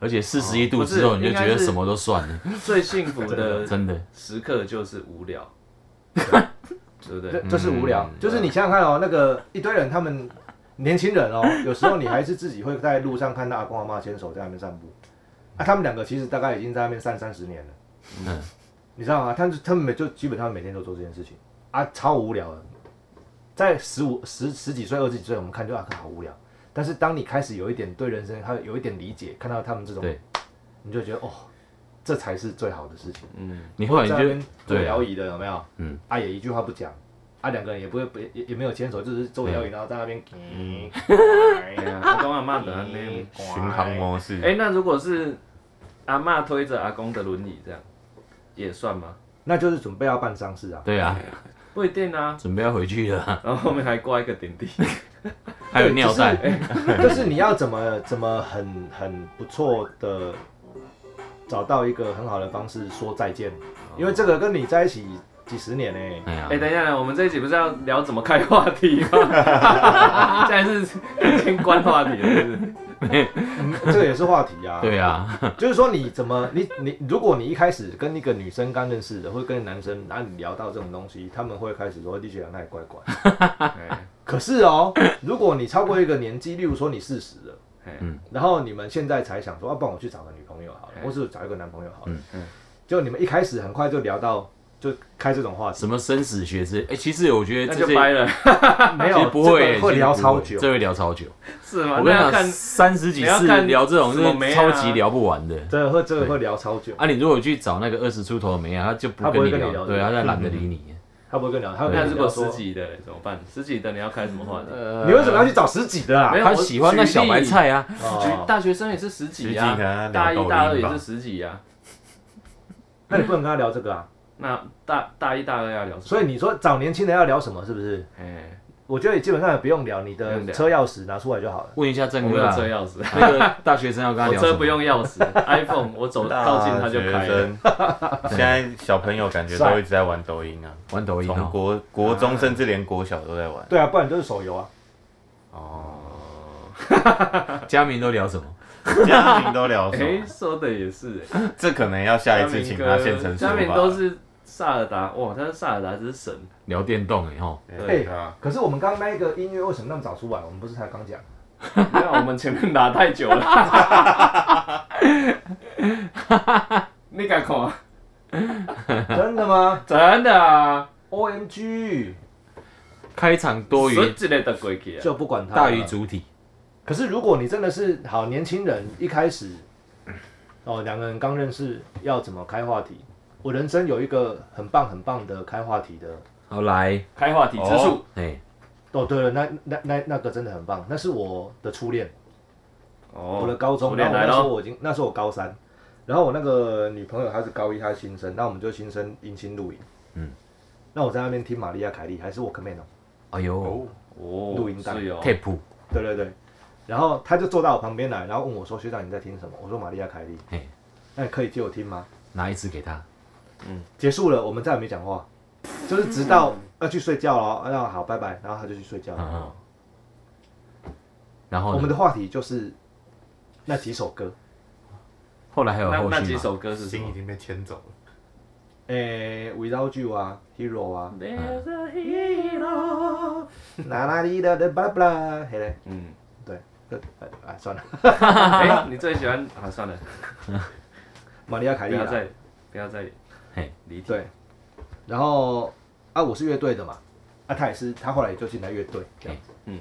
Speaker 3: 而且四十一度之后，
Speaker 2: 哦不是
Speaker 3: 你就觉
Speaker 2: 应该呃
Speaker 3: 得
Speaker 2: 是
Speaker 3: 什么都算了，
Speaker 2: 最幸福的
Speaker 3: 真的。
Speaker 2: 时刻就是无
Speaker 3: [laughs]
Speaker 2: 聊，对不
Speaker 1: 这
Speaker 2: 对？嗯
Speaker 1: 这是无聊，就是你想想看哦，那个一堆人，他们年轻人哦，有时候你还是自己会在路上看到阿公阿妈牵手在那边散步，啊，他们两个其实大概已经在那边散三十年了，
Speaker 3: 嗯，
Speaker 1: 你知道吗？他们就他们每就基本上每天都做这件事情，啊，超无聊的。在十五十十几岁、二十几岁，我们看就啊，好无聊。但是当你开始有一点对人生还有有一点理解，看到他们这种
Speaker 3: 对，
Speaker 1: 你就觉得哦，这才是最好的事情。
Speaker 2: 嗯，
Speaker 3: 你后来
Speaker 1: 在那
Speaker 3: 就
Speaker 1: 边坐
Speaker 3: 对啊
Speaker 1: 摇椅的有没有？
Speaker 3: 嗯
Speaker 1: 嗯，啊也一句话不讲，啊两个人也不会不也也没有牵手，就是坐摇椅然后在那边，嗯，
Speaker 2: 哎呀，阿公阿
Speaker 3: 嗯
Speaker 2: 妈的那样
Speaker 4: 巡航模式。
Speaker 2: 哎，那如果是阿妈推着阿公的轮椅这样，也算吗？
Speaker 1: 那就是准备要办丧事啊。
Speaker 3: 对啊，
Speaker 2: 不一定啊，
Speaker 3: 准备要回去了啊，
Speaker 2: 然后后面还挂一个点滴，
Speaker 3: 还有尿袋，
Speaker 1: 就是你要怎么怎么很很不错的
Speaker 3: 哦
Speaker 1: 找到一个很好的方式说再见，因为这个跟你在一起几十年呢、
Speaker 3: 哎呀
Speaker 2: 哎、，等一下，我们这一集不是要聊怎么开话题吗？现在是先关话题了，是不是？
Speaker 1: 这个也是话题啊。
Speaker 3: [laughs] 嗯对呀，
Speaker 1: 就是说你怎么你你，如果你一开始跟一个女生刚认识的，或者跟男生，然后你聊到这种东西，他们会开始说李雪阳那也怪怪。
Speaker 3: 啊
Speaker 2: 哎
Speaker 1: 可是哦， [coughs] 如果你超过一个年纪，例如说你四十了，
Speaker 2: 哎
Speaker 3: 嗯
Speaker 1: 然后你们现在才想说，要、啊、不然我去找个女朋友好了，
Speaker 2: 哎
Speaker 1: 或是找一个男朋友好了
Speaker 3: 嗯
Speaker 2: 嗯，
Speaker 1: 就你们一开始很快就聊到，就开这种话
Speaker 3: [laughs]
Speaker 1: 题，
Speaker 3: 什么生死学之类，哎，其实我觉得
Speaker 2: 那
Speaker 3: 这
Speaker 2: 就
Speaker 3: 些
Speaker 2: 掰了，
Speaker 1: 没
Speaker 3: 其实
Speaker 1: 有
Speaker 3: 不会
Speaker 1: 这
Speaker 3: 耶，
Speaker 1: 个会聊
Speaker 3: 其实不
Speaker 1: 超
Speaker 3: 会
Speaker 1: 久，
Speaker 3: 这会聊超久。
Speaker 2: 是吗？
Speaker 3: 我跟
Speaker 2: 啊那
Speaker 3: 你
Speaker 2: 要
Speaker 3: 讲，
Speaker 2: 看
Speaker 3: 三十几
Speaker 2: 你要
Speaker 3: 次
Speaker 2: 看
Speaker 3: 聊这种
Speaker 2: 什么
Speaker 3: 是
Speaker 2: 妹啊
Speaker 3: 超级聊不完的。
Speaker 1: 这个会这个会聊超久，
Speaker 3: 啊，你如果去找那个二十出头的妹啊，她就不
Speaker 1: 她不
Speaker 3: 跟
Speaker 1: 会
Speaker 3: 你
Speaker 1: 跟你
Speaker 3: 聊，
Speaker 1: 聊
Speaker 3: 对，
Speaker 1: 这个
Speaker 3: 她就懒得理你。
Speaker 1: 他不会跟你聊，他会
Speaker 2: 那
Speaker 1: 跟
Speaker 2: 如
Speaker 1: 你
Speaker 2: 果
Speaker 1: 聊
Speaker 2: 十
Speaker 1: 说，
Speaker 2: 几的嘞怎么办？十几的你要开什么话题？
Speaker 3: 呃
Speaker 1: 你为什么要去找十几的啊
Speaker 2: 没？有
Speaker 3: 她喜欢那小白菜啊，
Speaker 2: 举
Speaker 1: 哦
Speaker 2: 大学生也是十几
Speaker 4: 十几可
Speaker 2: 啊，
Speaker 4: 能
Speaker 2: 大
Speaker 4: 聊
Speaker 2: 一
Speaker 4: 够
Speaker 2: 大二
Speaker 4: 硬
Speaker 2: 也
Speaker 4: 吧
Speaker 2: 是十几啊。
Speaker 1: 那你不能跟他聊这个啊。
Speaker 2: 那大大一大二要聊什么？
Speaker 1: 所以你说找年轻人要聊什么，是不是？
Speaker 2: 哎，
Speaker 1: 我觉得也基本上也不用聊，你
Speaker 2: 不
Speaker 1: 的
Speaker 2: 用聊
Speaker 1: 车钥匙拿出来就好了。
Speaker 3: 问一下正
Speaker 2: 我没
Speaker 3: 哥
Speaker 2: 有
Speaker 3: 啊，
Speaker 2: 车钥匙，
Speaker 3: 那个大学生要跟他
Speaker 2: 我
Speaker 3: 聊什
Speaker 2: 车
Speaker 3: 么
Speaker 2: 不用钥匙
Speaker 4: [laughs]
Speaker 2: ，iPhone 我走靠近它就开了。
Speaker 4: 大
Speaker 2: [laughs]
Speaker 4: 学生现在小朋友感觉都一直在玩抖音啊，
Speaker 3: 玩抖音
Speaker 4: 从
Speaker 3: 哦，
Speaker 4: 国国中甚至连国小都
Speaker 2: [laughs]
Speaker 4: 在玩。
Speaker 1: 对啊，不然就是手游啊。
Speaker 4: 哦，
Speaker 3: 佳明都聊什么？
Speaker 4: 嘉明都聊什
Speaker 2: 哎，
Speaker 4: 么？
Speaker 2: 说的也是，哎
Speaker 4: 这可能要 [laughs] 下一次请他现身
Speaker 2: 嘉
Speaker 4: 说
Speaker 2: 明
Speaker 4: 法。
Speaker 2: 都是萨尔达，哇，他是萨尔达之神，
Speaker 3: 聊电动哎吼，
Speaker 4: 对啊，
Speaker 1: 可是我们刚刚那一个音乐为什么那么早出来？我们不是才刚讲？
Speaker 2: 没有，我们前面打太久了。 [laughs] 你敢看啊？ [laughs]
Speaker 1: 真的吗
Speaker 2: 真的啊，
Speaker 1: ？O M G，
Speaker 3: 开场多
Speaker 2: 十
Speaker 3: 于
Speaker 2: 几类的过去啊。
Speaker 1: 就不管他了
Speaker 3: 大于。主体，
Speaker 1: 可是如果你真的是好年轻人，一开始哦两个人刚认识，要怎么开话题？我人生有一个很棒很棒的开话题的。
Speaker 3: 好来，
Speaker 2: 开话题之术，
Speaker 3: 哎，
Speaker 1: 哦，对了，那那那那个真的很棒，那是我的初恋。
Speaker 2: 哦
Speaker 1: 我的高中，
Speaker 2: 初
Speaker 1: 然
Speaker 2: 恋来
Speaker 1: 后我那时候
Speaker 2: 喽，
Speaker 1: 我已经那时候我高三，然后我那个女朋友她是高一，她是新生，那我们就新生迎新露营，
Speaker 3: 嗯
Speaker 1: 嗯，那我在那边听玛丽亚凯莉还是我 Walkman 哦，
Speaker 3: 哎呦
Speaker 2: 哦
Speaker 1: 录音带
Speaker 2: 是哦，
Speaker 3: ，tape，
Speaker 1: 对对对，然后她就坐到我旁边来，然后问我说学长你在听什么？我说玛丽亚凯莉
Speaker 3: 嘿，
Speaker 1: 那你可以借我听吗？
Speaker 3: 拿一支给他，
Speaker 1: 结束了，我们再也没讲话，就是直到要去睡觉了，哦那好拜拜，然后她就去睡觉
Speaker 3: 嗯
Speaker 2: 啊
Speaker 1: 了。
Speaker 3: 嗯，然
Speaker 1: 我
Speaker 3: 后
Speaker 1: 们
Speaker 3: 呢
Speaker 1: 的话题就是那几首歌，
Speaker 3: 后来还有
Speaker 2: 那
Speaker 3: 嗯后
Speaker 2: 那
Speaker 3: 续
Speaker 2: 几
Speaker 3: 吗？
Speaker 2: 首歌是什
Speaker 4: 心已
Speaker 2: 么？
Speaker 4: 经被牵走了。
Speaker 1: 诶，Without You 啊，Hero 啊，
Speaker 2: There's a hero
Speaker 1: 啦啦哩啦啦巴拉巴拉，嘿嘞。
Speaker 2: 嗯，
Speaker 1: 对，呃呃哎，算了，
Speaker 2: 哎，你最喜欢啊？算了，
Speaker 1: 玛利亚凯
Speaker 2: 不
Speaker 1: 莉
Speaker 2: 要
Speaker 1: 啊啦。
Speaker 2: 再不要再
Speaker 3: 嘿
Speaker 2: 离题。
Speaker 1: 对，然后啊，我是乐队的嘛，啊，他也是，他后来也就进来乐队，这样
Speaker 3: 哎
Speaker 1: 子。
Speaker 2: 嗯。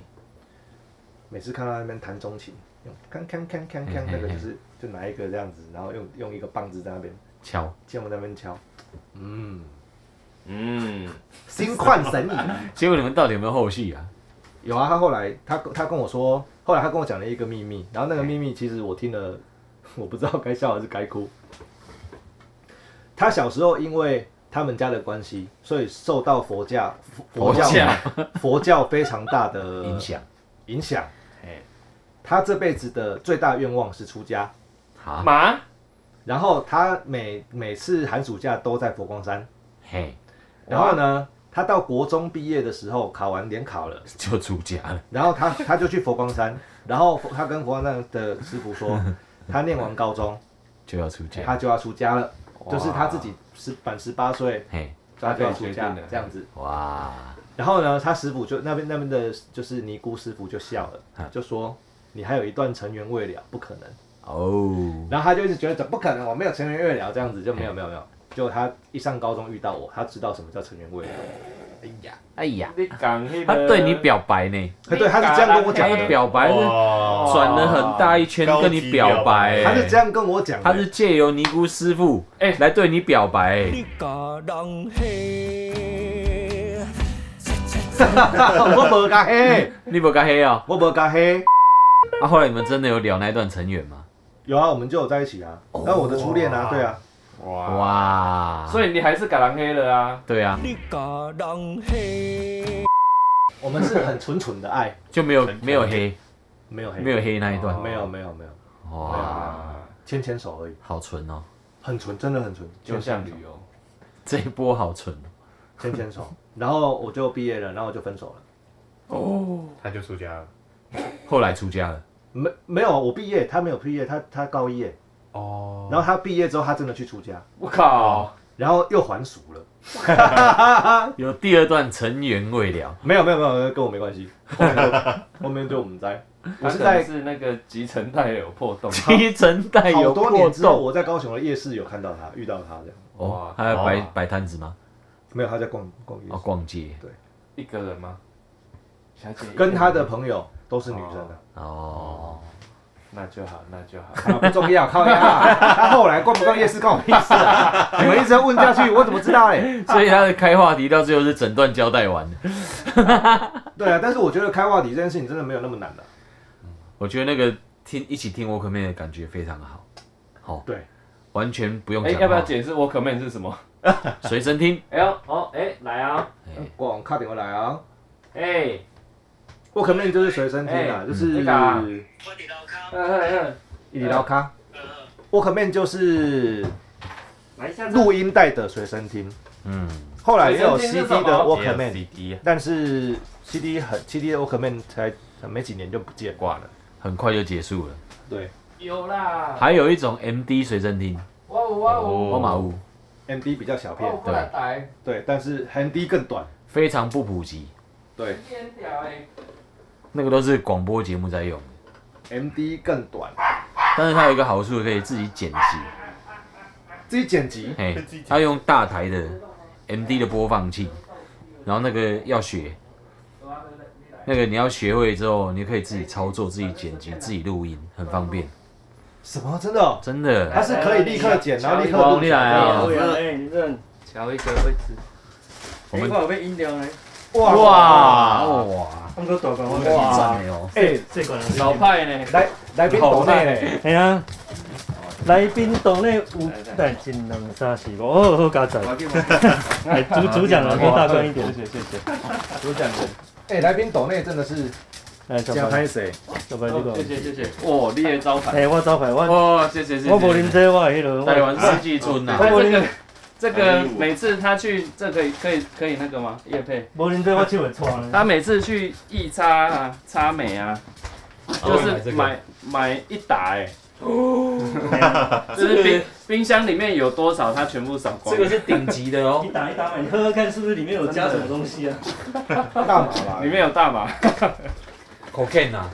Speaker 1: 每次看到他那边弹中琴，用锵锵锵锵
Speaker 3: 嘿
Speaker 1: 锵，
Speaker 3: 嗯嘿
Speaker 1: 那个
Speaker 3: 嘿
Speaker 1: 就是就拿一个这样子，然后用用一个棒子在那边，
Speaker 3: 敲，
Speaker 1: 见我在那边敲，嗯，
Speaker 2: 嗯，
Speaker 1: 心旷神怡。
Speaker 3: 结果你们到底有没有后续啊？
Speaker 1: 有啊，他后来他他跟我说，后来他跟我讲了一个秘密，然后那个秘密其实我听了， [laughs] 我不知道该笑还是该哭。他小时候因为他们家的关系，所以受到佛教佛佛
Speaker 3: 佛
Speaker 1: 教
Speaker 3: 教
Speaker 1: 佛教非常大的
Speaker 3: [laughs] 影响
Speaker 1: 影响。
Speaker 2: 哎，
Speaker 1: 他这辈子的最大愿望是出家，
Speaker 3: 啊，
Speaker 2: 马
Speaker 1: 然后他每每次寒暑假都在佛光山，
Speaker 3: 嘿，
Speaker 1: 然后呢，他到国中毕业的时候考完联考了。
Speaker 3: 就出家了，
Speaker 1: 然后他他就去佛光山，然后佛他跟佛光山的师傅说，他念完高中，
Speaker 3: 就要出家，
Speaker 1: 他就要出家了，就是他自己十满十八岁，
Speaker 3: 嘿，
Speaker 1: 他就要出
Speaker 2: 他可以决
Speaker 1: 家
Speaker 2: 定了
Speaker 1: 这样子。
Speaker 3: 哇，
Speaker 1: 然后呢，他师傅就那边那边的，就是尼姑师傅就笑了，就说你还有一段尘缘未了，不可能。
Speaker 3: 哦，
Speaker 1: 然后他就一直觉得怎么不可能，我没有尘缘未了这样子，就没有没有没有。结果他一上高中遇到我，他知道什么叫尘缘未了。
Speaker 3: 哎呀，
Speaker 2: 你讲那个，
Speaker 3: 他对你表白呢，
Speaker 1: 对，他是这样跟我讲
Speaker 3: 他
Speaker 1: 的，
Speaker 3: 表白是
Speaker 4: 哦哇
Speaker 3: 转了很大一圈跟你表白、
Speaker 1: 他是这样跟我讲的。
Speaker 3: 他是借由尼姑师傅
Speaker 2: 哎
Speaker 3: 来对你表白、
Speaker 5: 你甲人嘿，
Speaker 1: [laughs] 我无加黑，
Speaker 3: 你不该黑哦。
Speaker 1: 我无加黑。
Speaker 3: 啊，后来你们真的有聊那一段成员吗？
Speaker 1: 有啊，我们就有在一起啊。那我的初恋啊，对啊，
Speaker 4: 哇哇，
Speaker 3: 哇，
Speaker 2: 所
Speaker 3: 以
Speaker 2: 以你还是改狼黑了啊？
Speaker 3: 对啊，
Speaker 5: 你甲人嘿，
Speaker 1: 我们是很纯纯的爱，
Speaker 3: 就没有
Speaker 4: 成全
Speaker 3: 没有黑，
Speaker 1: 没有黑，
Speaker 3: 没有黑那一段，
Speaker 1: 没有，没有，没有，
Speaker 3: 哇，
Speaker 1: 牵牵手而已，
Speaker 3: 好纯哦，
Speaker 1: 很纯，真的很纯，
Speaker 2: 就像旅游，
Speaker 3: 这一波好纯哦，
Speaker 1: 牵牵手，然后我就毕业了，然后我就分手了。
Speaker 4: 他就出家了。
Speaker 3: 后来出家了，
Speaker 1: 没没有，我毕业，他没有毕业，他他高一耶。
Speaker 4: 哦，
Speaker 1: 然后他毕业之后，他真的去出家，
Speaker 2: 我靠，
Speaker 3: 哦
Speaker 1: 然后又还俗了。
Speaker 3: 有第二段尘缘未了，
Speaker 1: 没有没有没有，跟我没关系。后面就 [laughs] 后面就我们在，
Speaker 2: 他
Speaker 1: 我是
Speaker 2: 可能
Speaker 1: 在
Speaker 2: 是那个集成带有破
Speaker 3: [laughs]
Speaker 2: 洞，
Speaker 3: 七层带
Speaker 1: 好
Speaker 3: 有
Speaker 1: 多
Speaker 3: 破
Speaker 1: 年之后，
Speaker 3: 洞。
Speaker 1: 我在高雄的夜市有看到他，遇到他这样。
Speaker 3: 哦
Speaker 2: 哇，
Speaker 3: 还有摆
Speaker 4: 哇
Speaker 3: 摆摊子吗？
Speaker 1: 没有，他在逛逛夜
Speaker 3: 哦，
Speaker 1: 市，
Speaker 3: 逛街
Speaker 2: 一个人吗？小姐一个人
Speaker 1: 跟他的朋友都是女生啊的。
Speaker 3: 哦，
Speaker 2: 那就好，那就好。
Speaker 1: 啊，不重要，靠呀、他 [laughs] 后来逛不逛夜市关我屁事 [laughs] 啊！你们一直问下去，我怎么知道欸 [laughs] 嘞？
Speaker 3: [laughs] 所以他的开话题到最后是整段交代完。
Speaker 1: 对啊，但是我觉得开话题这件事情真的没有那么难的、啊
Speaker 3: 我觉得那个听一起听 Walkman 的感觉非常好，好、
Speaker 1: 对，
Speaker 3: 完全不用
Speaker 2: 哎，
Speaker 3: 讲
Speaker 2: 要不要
Speaker 3: 话，
Speaker 2: 解释 Walkman 是什么？
Speaker 3: 随身听。
Speaker 2: 哎呦，哦， [laughs] 哎，来啊，
Speaker 3: 哎
Speaker 1: 逛靠点过来啊！
Speaker 2: 哎，
Speaker 1: 我可能就是随身听啊，呃
Speaker 2: 哎
Speaker 1: 就是
Speaker 2: 嗯那个嗯嗯嗯，
Speaker 1: 一里刀咖。我可能就是
Speaker 2: 来一下子
Speaker 1: 录音带的随身听，
Speaker 3: 嗯，
Speaker 1: 后来也有
Speaker 2: 随
Speaker 1: CD
Speaker 2: 身听是什
Speaker 1: 的
Speaker 2: 么
Speaker 1: Walkman，
Speaker 4: CD 啊
Speaker 1: 但是 CD 很 CD 的 Walkman 才没几年就不见了。
Speaker 4: 挂了，
Speaker 3: 很快就结束了。
Speaker 1: 对
Speaker 2: 有啦，
Speaker 3: 还有一种 MD 随身听，
Speaker 2: 哇哦哇哦，
Speaker 3: 宝马五，
Speaker 1: ，MD 比较小
Speaker 2: 哇哦
Speaker 1: 片，，
Speaker 2: 过来逮，
Speaker 1: 对，但是 MD 更短，
Speaker 3: 非常不普及，
Speaker 1: 对
Speaker 2: 今天屌哎，
Speaker 3: 那个都是广播节目在用的。
Speaker 1: ，MD 更短，
Speaker 3: 但是它有一个好处，可以自己剪辑。
Speaker 1: 自己剪辑，
Speaker 3: 嘿
Speaker 4: 自己，剪
Speaker 3: 它用大台的 MD 的播放器，然后那个要学，那个你要学会之后，你可以自己操作、自己剪辑、自己录音，很方便，
Speaker 1: 什么真的哦？
Speaker 3: 真的。
Speaker 1: 它是可以立刻剪，然后立刻
Speaker 3: 瞧
Speaker 1: 录
Speaker 3: 一瞧
Speaker 1: 起来
Speaker 3: 哎呀
Speaker 1: 的。
Speaker 6: 哎，你这
Speaker 2: 瞧一个位置，
Speaker 3: 我们
Speaker 6: 一块有被阴掉呢，
Speaker 1: 哇
Speaker 3: 哇哇，
Speaker 6: 他们都大管我
Speaker 3: 哇
Speaker 6: 哇，
Speaker 3: 赞哦！
Speaker 1: 哎，
Speaker 6: 这管
Speaker 2: 老派呢，
Speaker 1: 来来宾抖内嘞，
Speaker 6: 哎呀，来宾岛内有来一两三四五，哦，好加载。哎，主主讲人可以大声一点，谢谢谢谢。主讲人，
Speaker 1: 哎，来宾抖内真的是
Speaker 6: 来哎小白，
Speaker 1: 谁？
Speaker 6: 小白你
Speaker 2: 哦谢
Speaker 6: 讲。
Speaker 2: 谢谢谢，哇，你的招牌，
Speaker 6: 哎，我招牌，我
Speaker 3: 哦，谢谢谢谢。
Speaker 6: 我无啉这，我迄落，
Speaker 3: 台湾
Speaker 6: 我
Speaker 3: 世纪村呐，
Speaker 6: 我
Speaker 2: 这
Speaker 6: 啉
Speaker 2: 个哎这
Speaker 3: 哎
Speaker 2: 个每次他去，这可以可以可以那个吗？叶佩。
Speaker 6: 无啉这，我手会颤呢。
Speaker 2: 他每次去易差啊、差美啊，就是买买一打哎、就是冰冰箱里面有多少，他全部扫光。
Speaker 3: 是顶级的
Speaker 6: 你
Speaker 3: 哦。
Speaker 6: 打一打嘛，你喝喝看是不是里面有加什么东西啊？
Speaker 1: 大马吧
Speaker 2: 里？面有大麻，
Speaker 3: Cocaine 啊，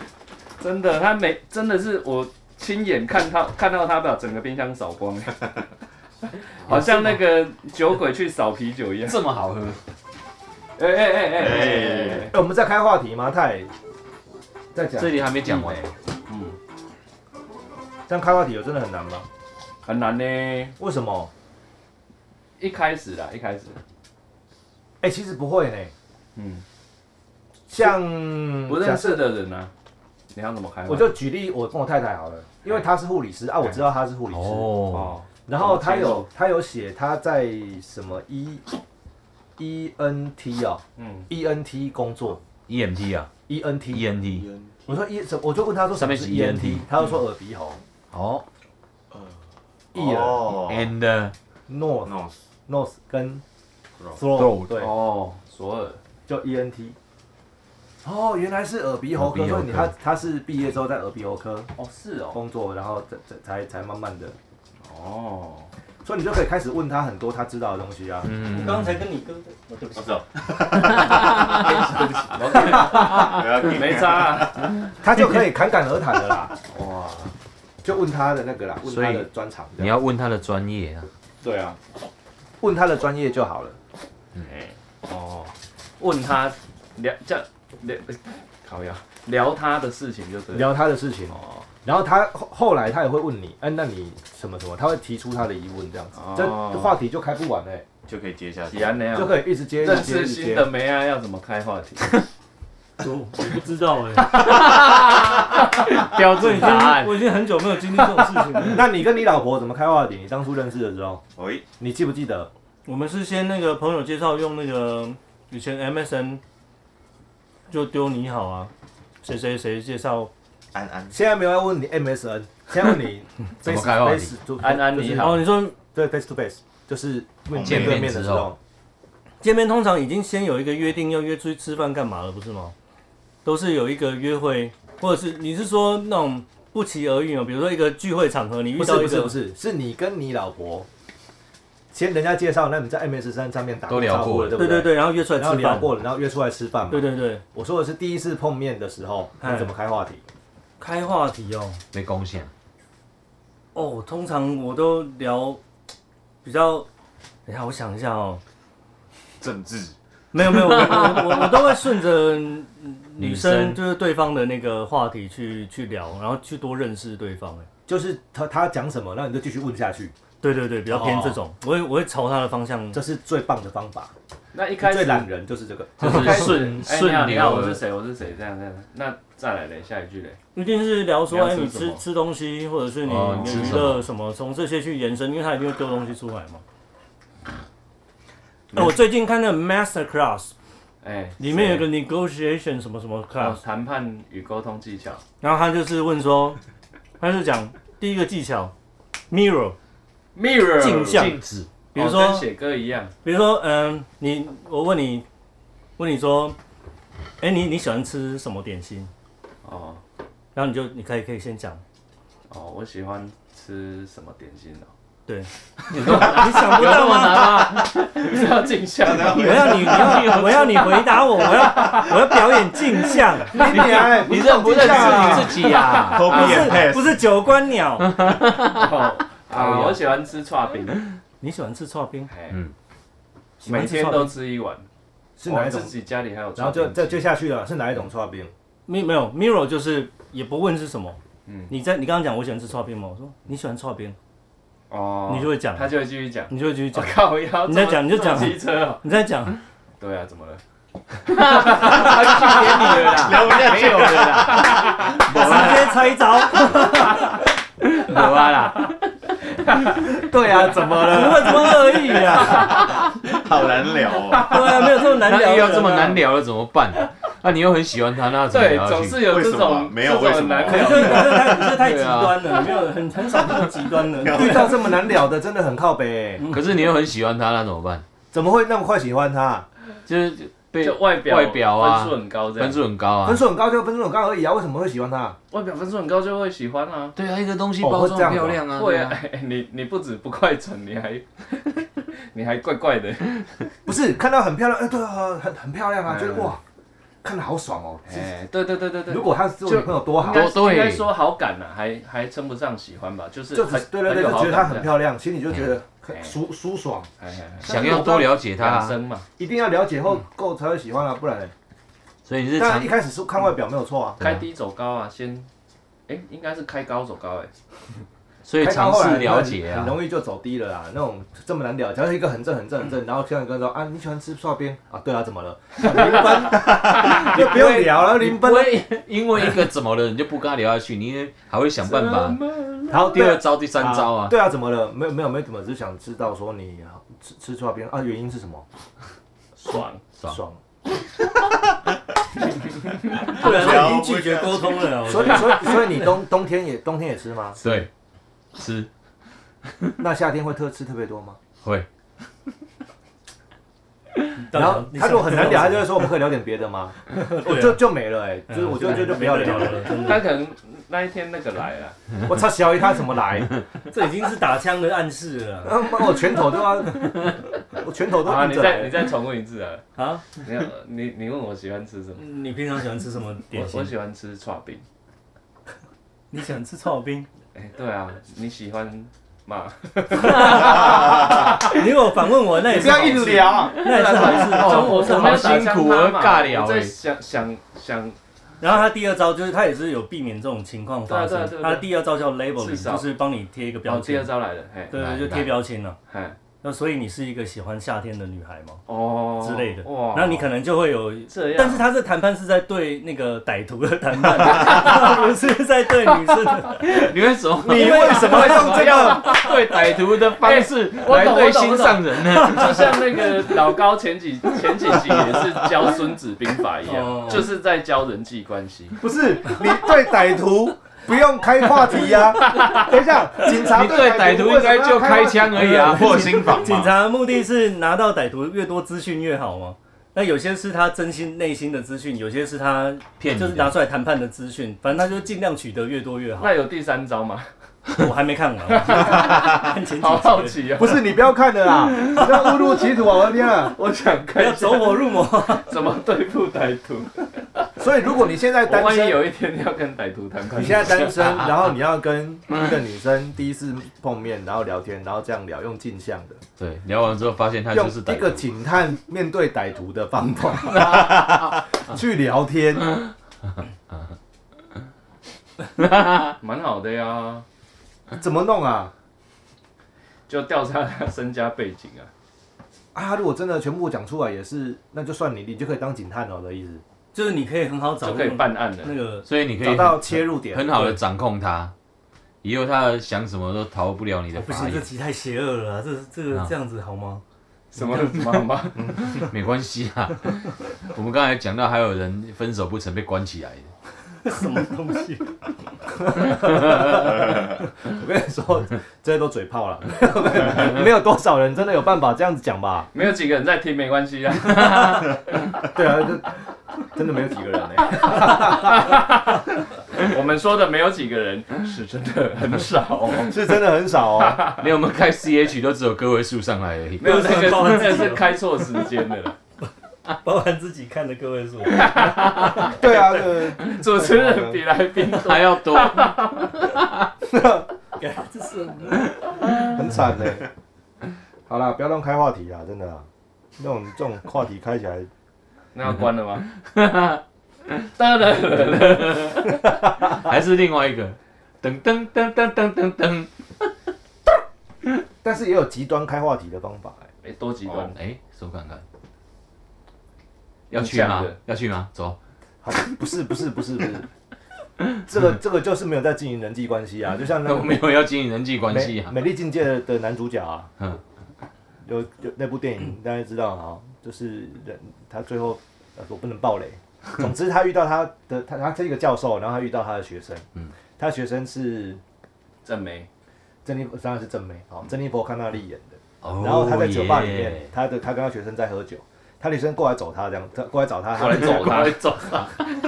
Speaker 2: 真的，他每真的是我亲眼看到看到他把整个冰箱扫光，好像那个酒鬼去扫啤酒一样。
Speaker 3: 这么好喝。
Speaker 2: 哎哎哎哎哎哎！
Speaker 1: 哎我们在开话题吗？太在讲
Speaker 3: 这里还没讲完，
Speaker 2: 嗯，
Speaker 1: 这样开话题有真的很难吗？
Speaker 2: 很难呢。
Speaker 1: 为什么？
Speaker 2: 一开始啦，一开始，
Speaker 1: 哎，其实不会呢。
Speaker 2: 嗯，
Speaker 1: 像
Speaker 2: 不
Speaker 1: 假
Speaker 2: 认
Speaker 1: 设
Speaker 2: 识的人啊，你要怎么开？
Speaker 1: 我就举例，我跟我太太好了，因为她是护理师啊，我知道她是护理师，
Speaker 3: 哦，
Speaker 2: 哦，
Speaker 1: 然后她有她有写她在什么 E E N T 哦
Speaker 2: 嗯，
Speaker 1: E N T 工作
Speaker 3: EMT 啊
Speaker 1: E N T
Speaker 3: ，ENT，
Speaker 1: 我说 E 什，我就问他说什么是
Speaker 3: 上面是
Speaker 1: ENT，他就说耳鼻喉
Speaker 3: 哦
Speaker 2: 啊
Speaker 1: ，ear
Speaker 2: 哎
Speaker 4: 哦，
Speaker 3: ，and
Speaker 1: north
Speaker 4: 那
Speaker 1: north 跟
Speaker 4: Throat
Speaker 1: throat 对，
Speaker 2: 哦，索尔，
Speaker 1: 就 ENT。哦，原来是耳鼻喉科，
Speaker 3: 耳鼻
Speaker 1: 所
Speaker 3: 喉科
Speaker 1: 以你他他是毕业之后在耳鼻喉科
Speaker 2: 哦，是哦，
Speaker 1: 工作，然后才才才才慢慢的，
Speaker 2: 哦，
Speaker 1: 所以你就可以开始问他很多他知道的东西啊。
Speaker 6: 我
Speaker 3: 嗯，
Speaker 6: 刚才跟你哥的，哦对不起
Speaker 4: 我，走，不要听
Speaker 2: 没差啊，
Speaker 1: [laughs] 他就可以侃侃而谈的啦，
Speaker 2: 哇，
Speaker 1: 就问他的那个啦，问他
Speaker 3: 所
Speaker 1: 的
Speaker 3: 以
Speaker 1: 专长这样。
Speaker 3: 你要问他的专业啊，
Speaker 1: 对啊，问他的专业就好了。
Speaker 2: 哎，哦，问他聊这样聊，烤鸭聊他的事情就对了，
Speaker 1: 聊他的事情，
Speaker 2: 哦，
Speaker 1: 然后他后后来他也会问你，哎、那你什么什么？他会提出他的疑问，这样子，
Speaker 2: 哦
Speaker 1: 这话题就开不完嘞、
Speaker 4: 就可以接下
Speaker 2: 既。
Speaker 4: 去
Speaker 2: 然那
Speaker 1: 就
Speaker 2: 样，
Speaker 1: 可以一直接，一直
Speaker 2: 认
Speaker 1: 接，
Speaker 2: 识
Speaker 1: 一直
Speaker 2: 新
Speaker 1: 接
Speaker 2: 的。梅啊，要怎么开话题？
Speaker 6: 我我不知道
Speaker 3: [laughs]
Speaker 6: 哎。
Speaker 3: 标
Speaker 6: 我已经我已经很久没有经历这种事情了。
Speaker 1: 那你跟你老婆怎么开话题？你当初认识的时候，
Speaker 4: 喂，
Speaker 1: 你记不记得？
Speaker 6: 我们是先那个朋友介绍用那个以前 MSN 就丢你好啊，谁谁谁介绍，
Speaker 4: 安安，
Speaker 1: 现在没有要问你 MSN，现在
Speaker 2: [laughs]
Speaker 1: 问你 face
Speaker 3: 怎么
Speaker 1: to
Speaker 3: 开话题
Speaker 1: face，就
Speaker 2: 安安
Speaker 1: 就是
Speaker 2: 你
Speaker 6: 然
Speaker 2: 好
Speaker 6: 后你说
Speaker 1: 对 face to face，就是面
Speaker 4: 见
Speaker 1: 对面
Speaker 3: 面
Speaker 1: 的
Speaker 3: 之
Speaker 1: 时
Speaker 3: 后
Speaker 1: 候，
Speaker 6: 见面通常已经先有一个约定，要约出去吃饭干嘛了，不是吗？都是有一个约会，或者是你是说那种不期而遇哦，比如说一个聚会场合，你遇
Speaker 1: 不是
Speaker 6: 到
Speaker 1: 不
Speaker 6: 一个
Speaker 1: 是不是，是你跟你老婆先人家介绍，那你在 MS 三上面打
Speaker 3: 都聊
Speaker 1: 招呼
Speaker 3: 过
Speaker 1: 了，
Speaker 3: 了
Speaker 1: 不
Speaker 6: 对对对，然后约出来
Speaker 1: 然后
Speaker 6: 吃
Speaker 1: 聊
Speaker 6: 饭，
Speaker 1: 过了，然后约出来吃饭嘛
Speaker 6: 对。对对，
Speaker 1: 我说的是第一次碰面的时候，
Speaker 6: 哎
Speaker 1: 你怎么开话题？
Speaker 6: 开话题哦。
Speaker 3: 没贡献，
Speaker 6: 哦，通常我都聊比较，等一下我想一下哦，
Speaker 4: 政治
Speaker 2: [laughs]
Speaker 6: 没有没有，我我我我都会顺着嗯女
Speaker 3: 女
Speaker 6: 生
Speaker 3: 生
Speaker 6: 就是对方的那个话题去去聊，然后去多认识对方。哎，
Speaker 1: 就是他他讲什么，那你就继续问下去，
Speaker 6: 对对对，比较偏这种，我会我会朝他的方向
Speaker 1: 这是最棒的方法。
Speaker 2: 那嗯一开始
Speaker 1: 最懒人就是这个，
Speaker 3: 就是
Speaker 2: 哎，
Speaker 3: 顺
Speaker 2: 你好，
Speaker 3: 顺
Speaker 2: 你好，
Speaker 3: 流
Speaker 2: 我是
Speaker 3: 了。
Speaker 2: 谁？我是谁？这样这样。那再来嘞，下一句嘞。
Speaker 6: 一定是聊说，
Speaker 2: 聊
Speaker 6: 哎，
Speaker 2: 吃
Speaker 6: 你
Speaker 2: 什
Speaker 6: 吃
Speaker 2: 么
Speaker 6: 吃东西，或者是你
Speaker 3: 哦
Speaker 6: 你
Speaker 3: 吃
Speaker 6: 娱
Speaker 3: 什
Speaker 6: 乐
Speaker 3: 么
Speaker 6: 什么，从这些去延伸，因为他一定会丢东西出来嘛。哎，我最近看那个 Master Class，
Speaker 2: 哎，
Speaker 6: 里面有个 negotiation 什么什么
Speaker 2: 谁
Speaker 6: class，
Speaker 2: 哦谈判与沟通技巧。
Speaker 6: 然后他就是问说，他就讲第一个技巧，mirror，
Speaker 2: Mirror
Speaker 6: 镜像
Speaker 3: 禁止
Speaker 6: 比如
Speaker 2: 哦
Speaker 6: 说
Speaker 2: 跟写歌一样，
Speaker 6: 比如说，嗯，你我问你，问你说，哎、你你喜欢吃什么点心？
Speaker 2: 哦
Speaker 6: 然后你就你可以可以先讲，
Speaker 2: 哦，我喜欢吃什么点心 [laughs] 哦？
Speaker 6: 对，
Speaker 3: 你想不到吗？
Speaker 2: 啊 [laughs] 你知道镜像吗？ [laughs]
Speaker 6: 我要你你要我要你回答我，我要我要表演镜
Speaker 3: [laughs]
Speaker 6: 像，
Speaker 3: 啊
Speaker 1: 你哎
Speaker 3: 你认不认识你自己啊
Speaker 4: [laughs]
Speaker 3: 呀？
Speaker 4: 偷
Speaker 6: 不
Speaker 4: 逼眼
Speaker 6: 是
Speaker 4: pass，
Speaker 6: 不是九官鸟。
Speaker 2: 哦啊，我喜欢吃串饼，
Speaker 6: 你喜欢吃刨冰？
Speaker 2: 哎，
Speaker 3: 嗯
Speaker 6: 喜欢
Speaker 2: 每
Speaker 6: 吃
Speaker 2: 天
Speaker 6: 刨
Speaker 2: 都
Speaker 6: 冰
Speaker 2: 吃一碗。
Speaker 1: 是哪一种
Speaker 2: 我？自己家里还有
Speaker 1: 然
Speaker 2: 刨
Speaker 1: 后
Speaker 2: 冰机，
Speaker 1: 就这就下去了，是哪一种串冰？
Speaker 6: 没没有 mirror 就是也不问是什么。
Speaker 2: 嗯
Speaker 6: 你在你刚刚讲我喜欢吃刨冰吗？我说你喜欢刨冰，
Speaker 2: 哦，
Speaker 6: 你就会讲
Speaker 2: 他就会继续讲。
Speaker 6: 你就会继续
Speaker 2: 我
Speaker 6: 讲。
Speaker 2: 靠，要
Speaker 6: 你在讲你就讲
Speaker 2: 机车哦。
Speaker 6: 你在讲，
Speaker 2: 对啊，怎么了？
Speaker 3: 骗你了啦，
Speaker 4: 聊不下
Speaker 3: 没
Speaker 4: 去
Speaker 3: 有了啦，
Speaker 6: 直接拆招，
Speaker 3: 没有啦。对啊，怎么
Speaker 6: 不
Speaker 3: 了？
Speaker 6: 会这么恶意啊！
Speaker 4: 好难聊哦。
Speaker 6: 对啊，没有这么难
Speaker 3: 那
Speaker 6: 聊的人啊。
Speaker 3: 遇到这么难聊了怎么办？那你又很喜欢他，那怎么
Speaker 2: 对，
Speaker 3: 聊下
Speaker 2: 总 [laughs]
Speaker 3: 去？
Speaker 2: 是有这
Speaker 4: 为什么
Speaker 2: 种
Speaker 4: 没有
Speaker 2: 这种
Speaker 4: 为什么
Speaker 2: 难
Speaker 1: [laughs] 啊
Speaker 6: 可是
Speaker 2: 聊
Speaker 6: 这
Speaker 2: 的
Speaker 6: 太这太极端了，没有很很少这么极
Speaker 1: [laughs]
Speaker 6: 端的。
Speaker 1: [laughs] 遇到这么难聊的，真的很靠北欸，
Speaker 3: 可是你又很喜欢他，那怎么办？
Speaker 1: 怎么会那么快喜欢他？
Speaker 3: 就是被
Speaker 2: 就外表
Speaker 3: 外表啊
Speaker 2: 分数很高这样，
Speaker 3: 分数很高啊
Speaker 1: 分。数很高就分数很高而已啊，为什么会喜欢他？
Speaker 2: 外表分数很高就会喜欢啊。
Speaker 3: 对啊，一个东西
Speaker 1: 哦
Speaker 3: 包
Speaker 1: 会这样
Speaker 3: 装
Speaker 1: 子
Speaker 3: 漂
Speaker 1: 哦
Speaker 3: 亮啊，
Speaker 2: 会
Speaker 3: 对
Speaker 2: 啊，哎你你不止不快准，你还你还怪怪的，
Speaker 1: 不是看到很漂亮，哎，对啊，很很漂亮啊，
Speaker 2: 嗯
Speaker 1: 觉得哇，看的好爽哦。
Speaker 2: 哎，对对对对对。
Speaker 1: 如果他是我女朋友多
Speaker 2: 应，
Speaker 1: 好
Speaker 2: 该
Speaker 3: 多对
Speaker 2: 应该说好感呐，还还称不上喜欢吧，就是
Speaker 1: 就只
Speaker 2: 很
Speaker 1: 是对对
Speaker 2: 很
Speaker 1: 对，就
Speaker 2: 有好
Speaker 1: 觉得
Speaker 2: 感
Speaker 1: 她很漂亮，心里就觉得
Speaker 2: 嗯
Speaker 1: 很舒舒爽，
Speaker 2: 这样，哎哎哎
Speaker 3: 想要多了解他
Speaker 2: [laughs] 养
Speaker 3: 啊，
Speaker 2: 生嘛，
Speaker 1: 一定要了解后够才会喜欢啊，不然。
Speaker 3: 所嗯以你是
Speaker 1: 当
Speaker 3: 常
Speaker 1: 然一开始是看外表没有错啊，
Speaker 3: 对啊
Speaker 2: 开低走高啊，先，哎，应该是开高走高，哎，
Speaker 3: 所以
Speaker 1: 开
Speaker 3: 尝
Speaker 1: 头后
Speaker 3: 试
Speaker 1: 来
Speaker 3: 了解
Speaker 1: 很
Speaker 3: 啊。
Speaker 1: 容易就走低了啦。那种这么难聊，只要是一个很正很正很
Speaker 3: 嗯
Speaker 1: 正，然后像你跟他说啊，你喜欢吃刨冰啊？对啊，怎么了？零分
Speaker 3: [laughs]
Speaker 1: 就不用聊了，零
Speaker 3: 你不
Speaker 1: 分。
Speaker 3: 会因为一个怎么了，你就不跟他聊下去，你还会想办
Speaker 1: 啊
Speaker 3: 法。 [laughs]
Speaker 1: 好，
Speaker 3: 第
Speaker 1: 对
Speaker 3: 二
Speaker 1: 啊，
Speaker 3: 招、第三招啊，
Speaker 1: 对啊，怎么了？没有没有没怎么，只是想知道说你吃吃刨冰啊，原因是什么？
Speaker 2: 爽，
Speaker 3: 爽
Speaker 1: 爽。
Speaker 6: 不
Speaker 1: 啊
Speaker 6: 然已经拒绝沟通了。
Speaker 1: 所以所以所以你冬冬天也冬天也吃吗？
Speaker 3: 对，吃
Speaker 1: 那夏天会特吃特别多吗？
Speaker 3: 会
Speaker 1: 然后他如果很难聊，他就会说我们可以聊点别的吗？我就就没了哎，就是我就
Speaker 6: 啊
Speaker 1: 觉得不要聊了。
Speaker 6: 了。
Speaker 2: 他可能那一天那个来了，
Speaker 1: 我操，小姨他怎么来？
Speaker 6: [laughs] 这已经是打枪的暗示了
Speaker 1: 啊妈我拳头都要，我拳头都
Speaker 2: 啊，
Speaker 1: 硬
Speaker 2: 你
Speaker 1: 着
Speaker 2: 再
Speaker 1: 来
Speaker 2: 你。再重问一次啊，
Speaker 6: 啊！
Speaker 2: 你你你问我喜欢吃什么？
Speaker 6: 你平常喜欢吃什么
Speaker 2: 我
Speaker 6: 点
Speaker 2: 我
Speaker 6: 心？
Speaker 2: 喜欢吃串饼。
Speaker 6: 你喜欢吃炒
Speaker 1: [laughs]
Speaker 6: 冰？
Speaker 2: 哎、对啊，你喜欢
Speaker 3: [laughs]
Speaker 2: 嘛？
Speaker 6: 你如果反问我，那也
Speaker 1: 你
Speaker 6: 是好事
Speaker 1: 聊啊！
Speaker 6: 那也是好事。
Speaker 2: 中
Speaker 1: 哦
Speaker 2: 午
Speaker 3: 哦好辛苦而尬聊
Speaker 2: 我在
Speaker 3: 哎
Speaker 2: 想想想，
Speaker 6: 然后他第二招就是他也是有避免这种情况
Speaker 2: 对
Speaker 6: 发
Speaker 2: 啊
Speaker 6: 生
Speaker 2: 对啊对。啊对啊
Speaker 6: 他的第二招叫 label，
Speaker 2: 至少
Speaker 6: 就是帮你贴一个标
Speaker 2: 哦，第二
Speaker 6: 签。
Speaker 2: 招来了，嘿，
Speaker 6: 对
Speaker 3: 来
Speaker 6: 对，就贴
Speaker 3: 来
Speaker 6: 标签了。
Speaker 2: 嘿，
Speaker 6: 那所以你是一个喜欢夏天的女孩吗？
Speaker 2: 哦
Speaker 6: 之类的
Speaker 2: 哇
Speaker 6: 然后你可能就会有
Speaker 2: 这样，
Speaker 6: 但是他这谈判是在对那个歹徒的谈判，他不是在对女生的。
Speaker 3: 你为什么？
Speaker 1: 你为什么会用这个？哎
Speaker 3: 对歹徒的方式
Speaker 2: 我
Speaker 3: 来
Speaker 2: 懂
Speaker 3: 对
Speaker 2: 我懂
Speaker 3: 心
Speaker 2: 我懂
Speaker 3: 上人呢？
Speaker 2: 就像那个老高前几前几集也是教《孙子兵法》一样，
Speaker 6: 哦
Speaker 2: 就是在教人际关系。
Speaker 1: 不是你对歹徒不用开话题呀、等一下，警察
Speaker 3: 你对歹徒应该就开枪而已啊
Speaker 4: 打。破心房
Speaker 6: 警
Speaker 4: 嘛。
Speaker 6: 察的目的是拿到歹徒越多资讯越好吗？那有些是他真心内心的资讯，有些是他
Speaker 3: 骗你的
Speaker 6: 就是拿出来谈判的资讯，反正他就尽量取得越多越好。
Speaker 2: 那有第三招吗？
Speaker 6: 我还没看完， [laughs] 看前几
Speaker 2: [laughs] 好好
Speaker 6: 集，
Speaker 2: 奇啊、
Speaker 1: 不是你不要看了啦，你不要误入歧途啊！我的天啊！
Speaker 2: 我想
Speaker 6: 不
Speaker 2: 看
Speaker 6: 要
Speaker 2: 一下
Speaker 6: 走火入魔。
Speaker 2: [laughs] 怎么对付歹徒。
Speaker 1: 所以如果你现在
Speaker 2: [laughs] 我
Speaker 1: 单
Speaker 2: 万一
Speaker 1: 身，
Speaker 2: 有一天要跟歹徒谈判
Speaker 1: 你，现在单身，然后你要跟一个女生第一次碰面，然后聊天，然后这样聊，用镜像的，
Speaker 3: 对，聊完之后发现他
Speaker 1: 用
Speaker 3: 就是
Speaker 1: 一
Speaker 3: 歹
Speaker 1: 个
Speaker 3: 徒。
Speaker 1: 警探面对歹徒的方法
Speaker 3: [laughs]
Speaker 1: 去聊天，
Speaker 3: 嗯
Speaker 2: 蛮好的呀，
Speaker 1: 怎么弄啊？
Speaker 2: 就调查他身家背景 [laughs] 啊。
Speaker 1: 啊，他如果真的全部讲出来，也是那就算你，你就可以当警探了的意思，
Speaker 6: 就是你可以很好找
Speaker 2: 就
Speaker 6: 那
Speaker 2: 可以
Speaker 6: 种
Speaker 2: 办案了
Speaker 6: 那个，
Speaker 3: 所以你可
Speaker 1: 找
Speaker 3: 以
Speaker 1: 到切入点。
Speaker 3: 很好的掌控他，以后他想什么都逃不了你的
Speaker 1: 哦
Speaker 6: 不
Speaker 3: 法
Speaker 6: 行，这
Speaker 3: 眼。
Speaker 6: 集太邪恶了啊，这这个
Speaker 3: 啊
Speaker 6: 这样子好 [laughs] 吗？
Speaker 2: 什么什么好 [laughs] 吗？
Speaker 3: 没关系啊， [laughs] 我们刚才讲到还有人分手不成被关起来的，
Speaker 6: 什么东西？
Speaker 1: 我跟你
Speaker 3: [laughs]
Speaker 1: 说，这些都嘴炮了， [laughs] 没有多少人真的有办法这样子讲吧？
Speaker 2: 没有几个人在听没关系 [laughs] 啊。
Speaker 1: 对啊，就真的没有几个人哎、
Speaker 2: 我们说的没有几个人是真的很少， [laughs]
Speaker 1: 是真的很少哦。
Speaker 3: 连我们开 CH 都只有个位数上来
Speaker 1: [laughs]
Speaker 3: 而已。
Speaker 2: 没有那个那个是开错时间的 [laughs] 了。
Speaker 6: 包含自己看的各位数，
Speaker 1: 对啊，呃
Speaker 2: 主持人比来宾多，
Speaker 3: 还要多，
Speaker 6: [laughs] 这是啊
Speaker 1: 很惨哎、好啦，不要乱开话题啦，真的啦，那种这种话题开起来，
Speaker 2: [laughs] 那要关了吗？ [laughs] 当然了，
Speaker 3: 还是另外一个，噔噔噔噔噔噔噔，
Speaker 1: 但是也有极端开话题的方法
Speaker 2: [laughs]
Speaker 1: 哎、
Speaker 2: 哎，多极端
Speaker 3: 哎、手看看，要去吗
Speaker 2: 用呛的？
Speaker 3: 要去吗？走，
Speaker 1: 好，不是不是不是不是，这个这个就是没有在经营人际关系啊，就像那
Speaker 3: 嗯那
Speaker 1: 个
Speaker 3: 我们有要经营人际关系
Speaker 1: 美
Speaker 3: 啊，
Speaker 1: 美丽境界的男主角啊，
Speaker 3: 嗯
Speaker 1: 有有那部电影大家知道啊，就是人他最后呃我不能爆雷，总之他遇到他的他他是一个教授，然后他遇到他的学生，
Speaker 3: 嗯
Speaker 1: 他学生是
Speaker 2: 正梅，
Speaker 1: 珍妮，当然是正妹，哦，珍妮佛康纳利演的，
Speaker 3: 嗯哦
Speaker 1: 然后他在酒吧里面，
Speaker 3: 耶
Speaker 1: 他的他跟他学生在喝酒。他女生过来找他，这样，他过来
Speaker 3: [laughs]
Speaker 1: 找他，
Speaker 2: 过来揍他，揍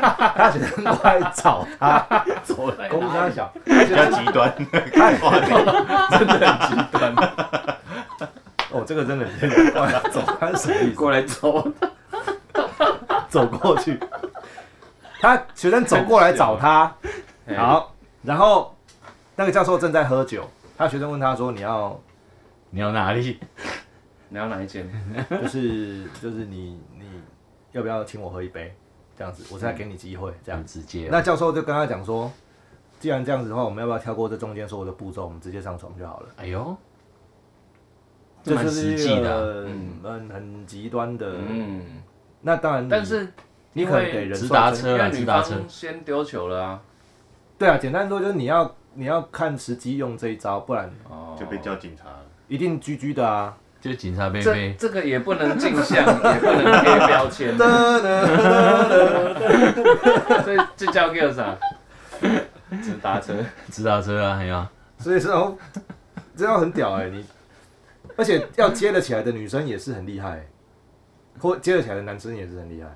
Speaker 1: 他，他学生过来找他，
Speaker 3: [laughs]
Speaker 2: 走来
Speaker 1: 公差小，
Speaker 4: 比较极端，
Speaker 1: [laughs] 哦，这个真的是过来走，他是什么意思？
Speaker 3: 过来走，
Speaker 1: 走过去，他学生走过来找他，
Speaker 3: [laughs]
Speaker 2: 哎
Speaker 1: 好，然后那个教授正在喝酒，他学生问他说：“你要 [laughs]
Speaker 3: 你要哪里？
Speaker 2: 你要哪一间？
Speaker 1: 就是就是你你要不要请我喝一杯？这样子，我再给你机会。”这样
Speaker 3: 很
Speaker 1: 子，
Speaker 3: 直接、啊
Speaker 1: 那教授就跟他讲说：“既然这样子的话，我们要不要跳过这中间所有的步骤，我们直接上床就好了？”
Speaker 3: 哎呦，
Speaker 1: 这
Speaker 3: 蛮
Speaker 1: 就是
Speaker 3: 实
Speaker 1: 一
Speaker 3: 际的啊
Speaker 1: 个
Speaker 2: 嗯
Speaker 1: 很很极端的。
Speaker 2: 嗯，
Speaker 1: 那当然，
Speaker 2: 但是
Speaker 1: 你可能给人
Speaker 3: 直
Speaker 1: 算
Speaker 3: 达
Speaker 1: 真
Speaker 3: 车
Speaker 2: 因
Speaker 3: 啊，
Speaker 2: 为
Speaker 3: 直
Speaker 2: 女
Speaker 3: 达车
Speaker 2: 方，先丢球了啊，
Speaker 1: 对啊，简单说就是你要你要看时机用这一招，不然
Speaker 2: 哦
Speaker 4: 就被叫警察了。
Speaker 1: 一定居居的 [laughs] 啊。
Speaker 3: 就警察贝
Speaker 2: 这
Speaker 3: 贝，
Speaker 2: 这个也不能镜像，也不能贴标签，这这叫叫啥？直达车，
Speaker 3: 直达车啊，哎呀，
Speaker 1: 所以这种这种很屌哎、你而且要接得起来的女生也是很厉害、欸或接得起来的男生也是很厉害。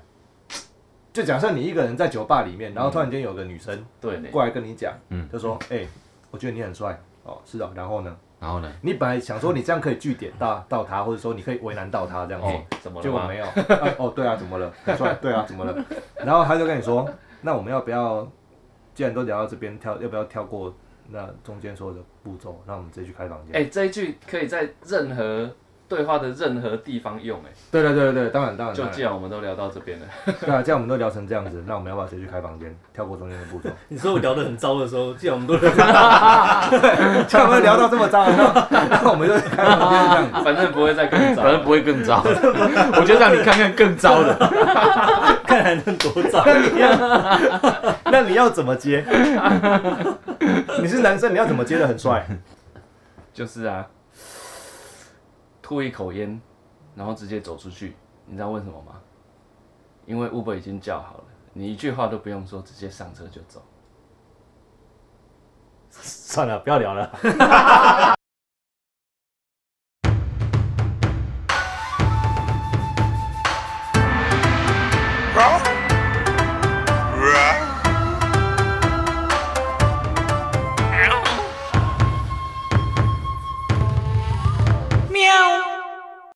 Speaker 1: 就假设你一个人在酒吧里面，然后突然间有个女生
Speaker 2: 嗯对嘞，
Speaker 1: 过来跟你讲，
Speaker 3: 嗯
Speaker 1: 就说：“哎、我觉得你很帅哦，是哦。”然后呢，
Speaker 3: 然后呢？
Speaker 1: 你本来想说你这样可以据点到到他，或者说你可以为难到他这样子，
Speaker 2: 哦，怎么
Speaker 1: 结
Speaker 2: 了
Speaker 1: 果
Speaker 2: 吗
Speaker 1: 没？有、 [laughs] 啊哦，对啊，怎么了？很帅，对啊，怎么了？然后他就跟你说：“那我们要不要？既然都聊到这边，跳要不要跳过那中间所有的步骤？那我们直接去开房间。”
Speaker 2: 哎、这一句可以在任何对话的任何地方用、哎，
Speaker 1: 对对对对，当然当然，
Speaker 2: 就
Speaker 1: 当
Speaker 2: 既
Speaker 1: 然
Speaker 2: 然我们都聊到这边了，
Speaker 1: 对啊，这样我们都聊成这样子，那我们要不要直接去开房间，跳过中间的步骤？ [laughs]
Speaker 6: 你说我聊得很糟的时候，既然我们都
Speaker 1: 这样我们聊到这么糟，那那我们就去开房间这样子。
Speaker 2: 反正不会再跟你找
Speaker 3: 反正
Speaker 2: 了。
Speaker 3: 不会更糟， [laughs] 我就让你看看更糟的。
Speaker 6: 看还能多糟？
Speaker 1: 那你要怎么接？ [laughs] 你是男生，你要怎么接的很帅？
Speaker 2: 就是啊，吐一口烟，然后直接走出去，你知道为什么吗？因为 Uber 已经叫好了，你一句话都不用说，直接上车就走。
Speaker 1: 算了，不要聊了。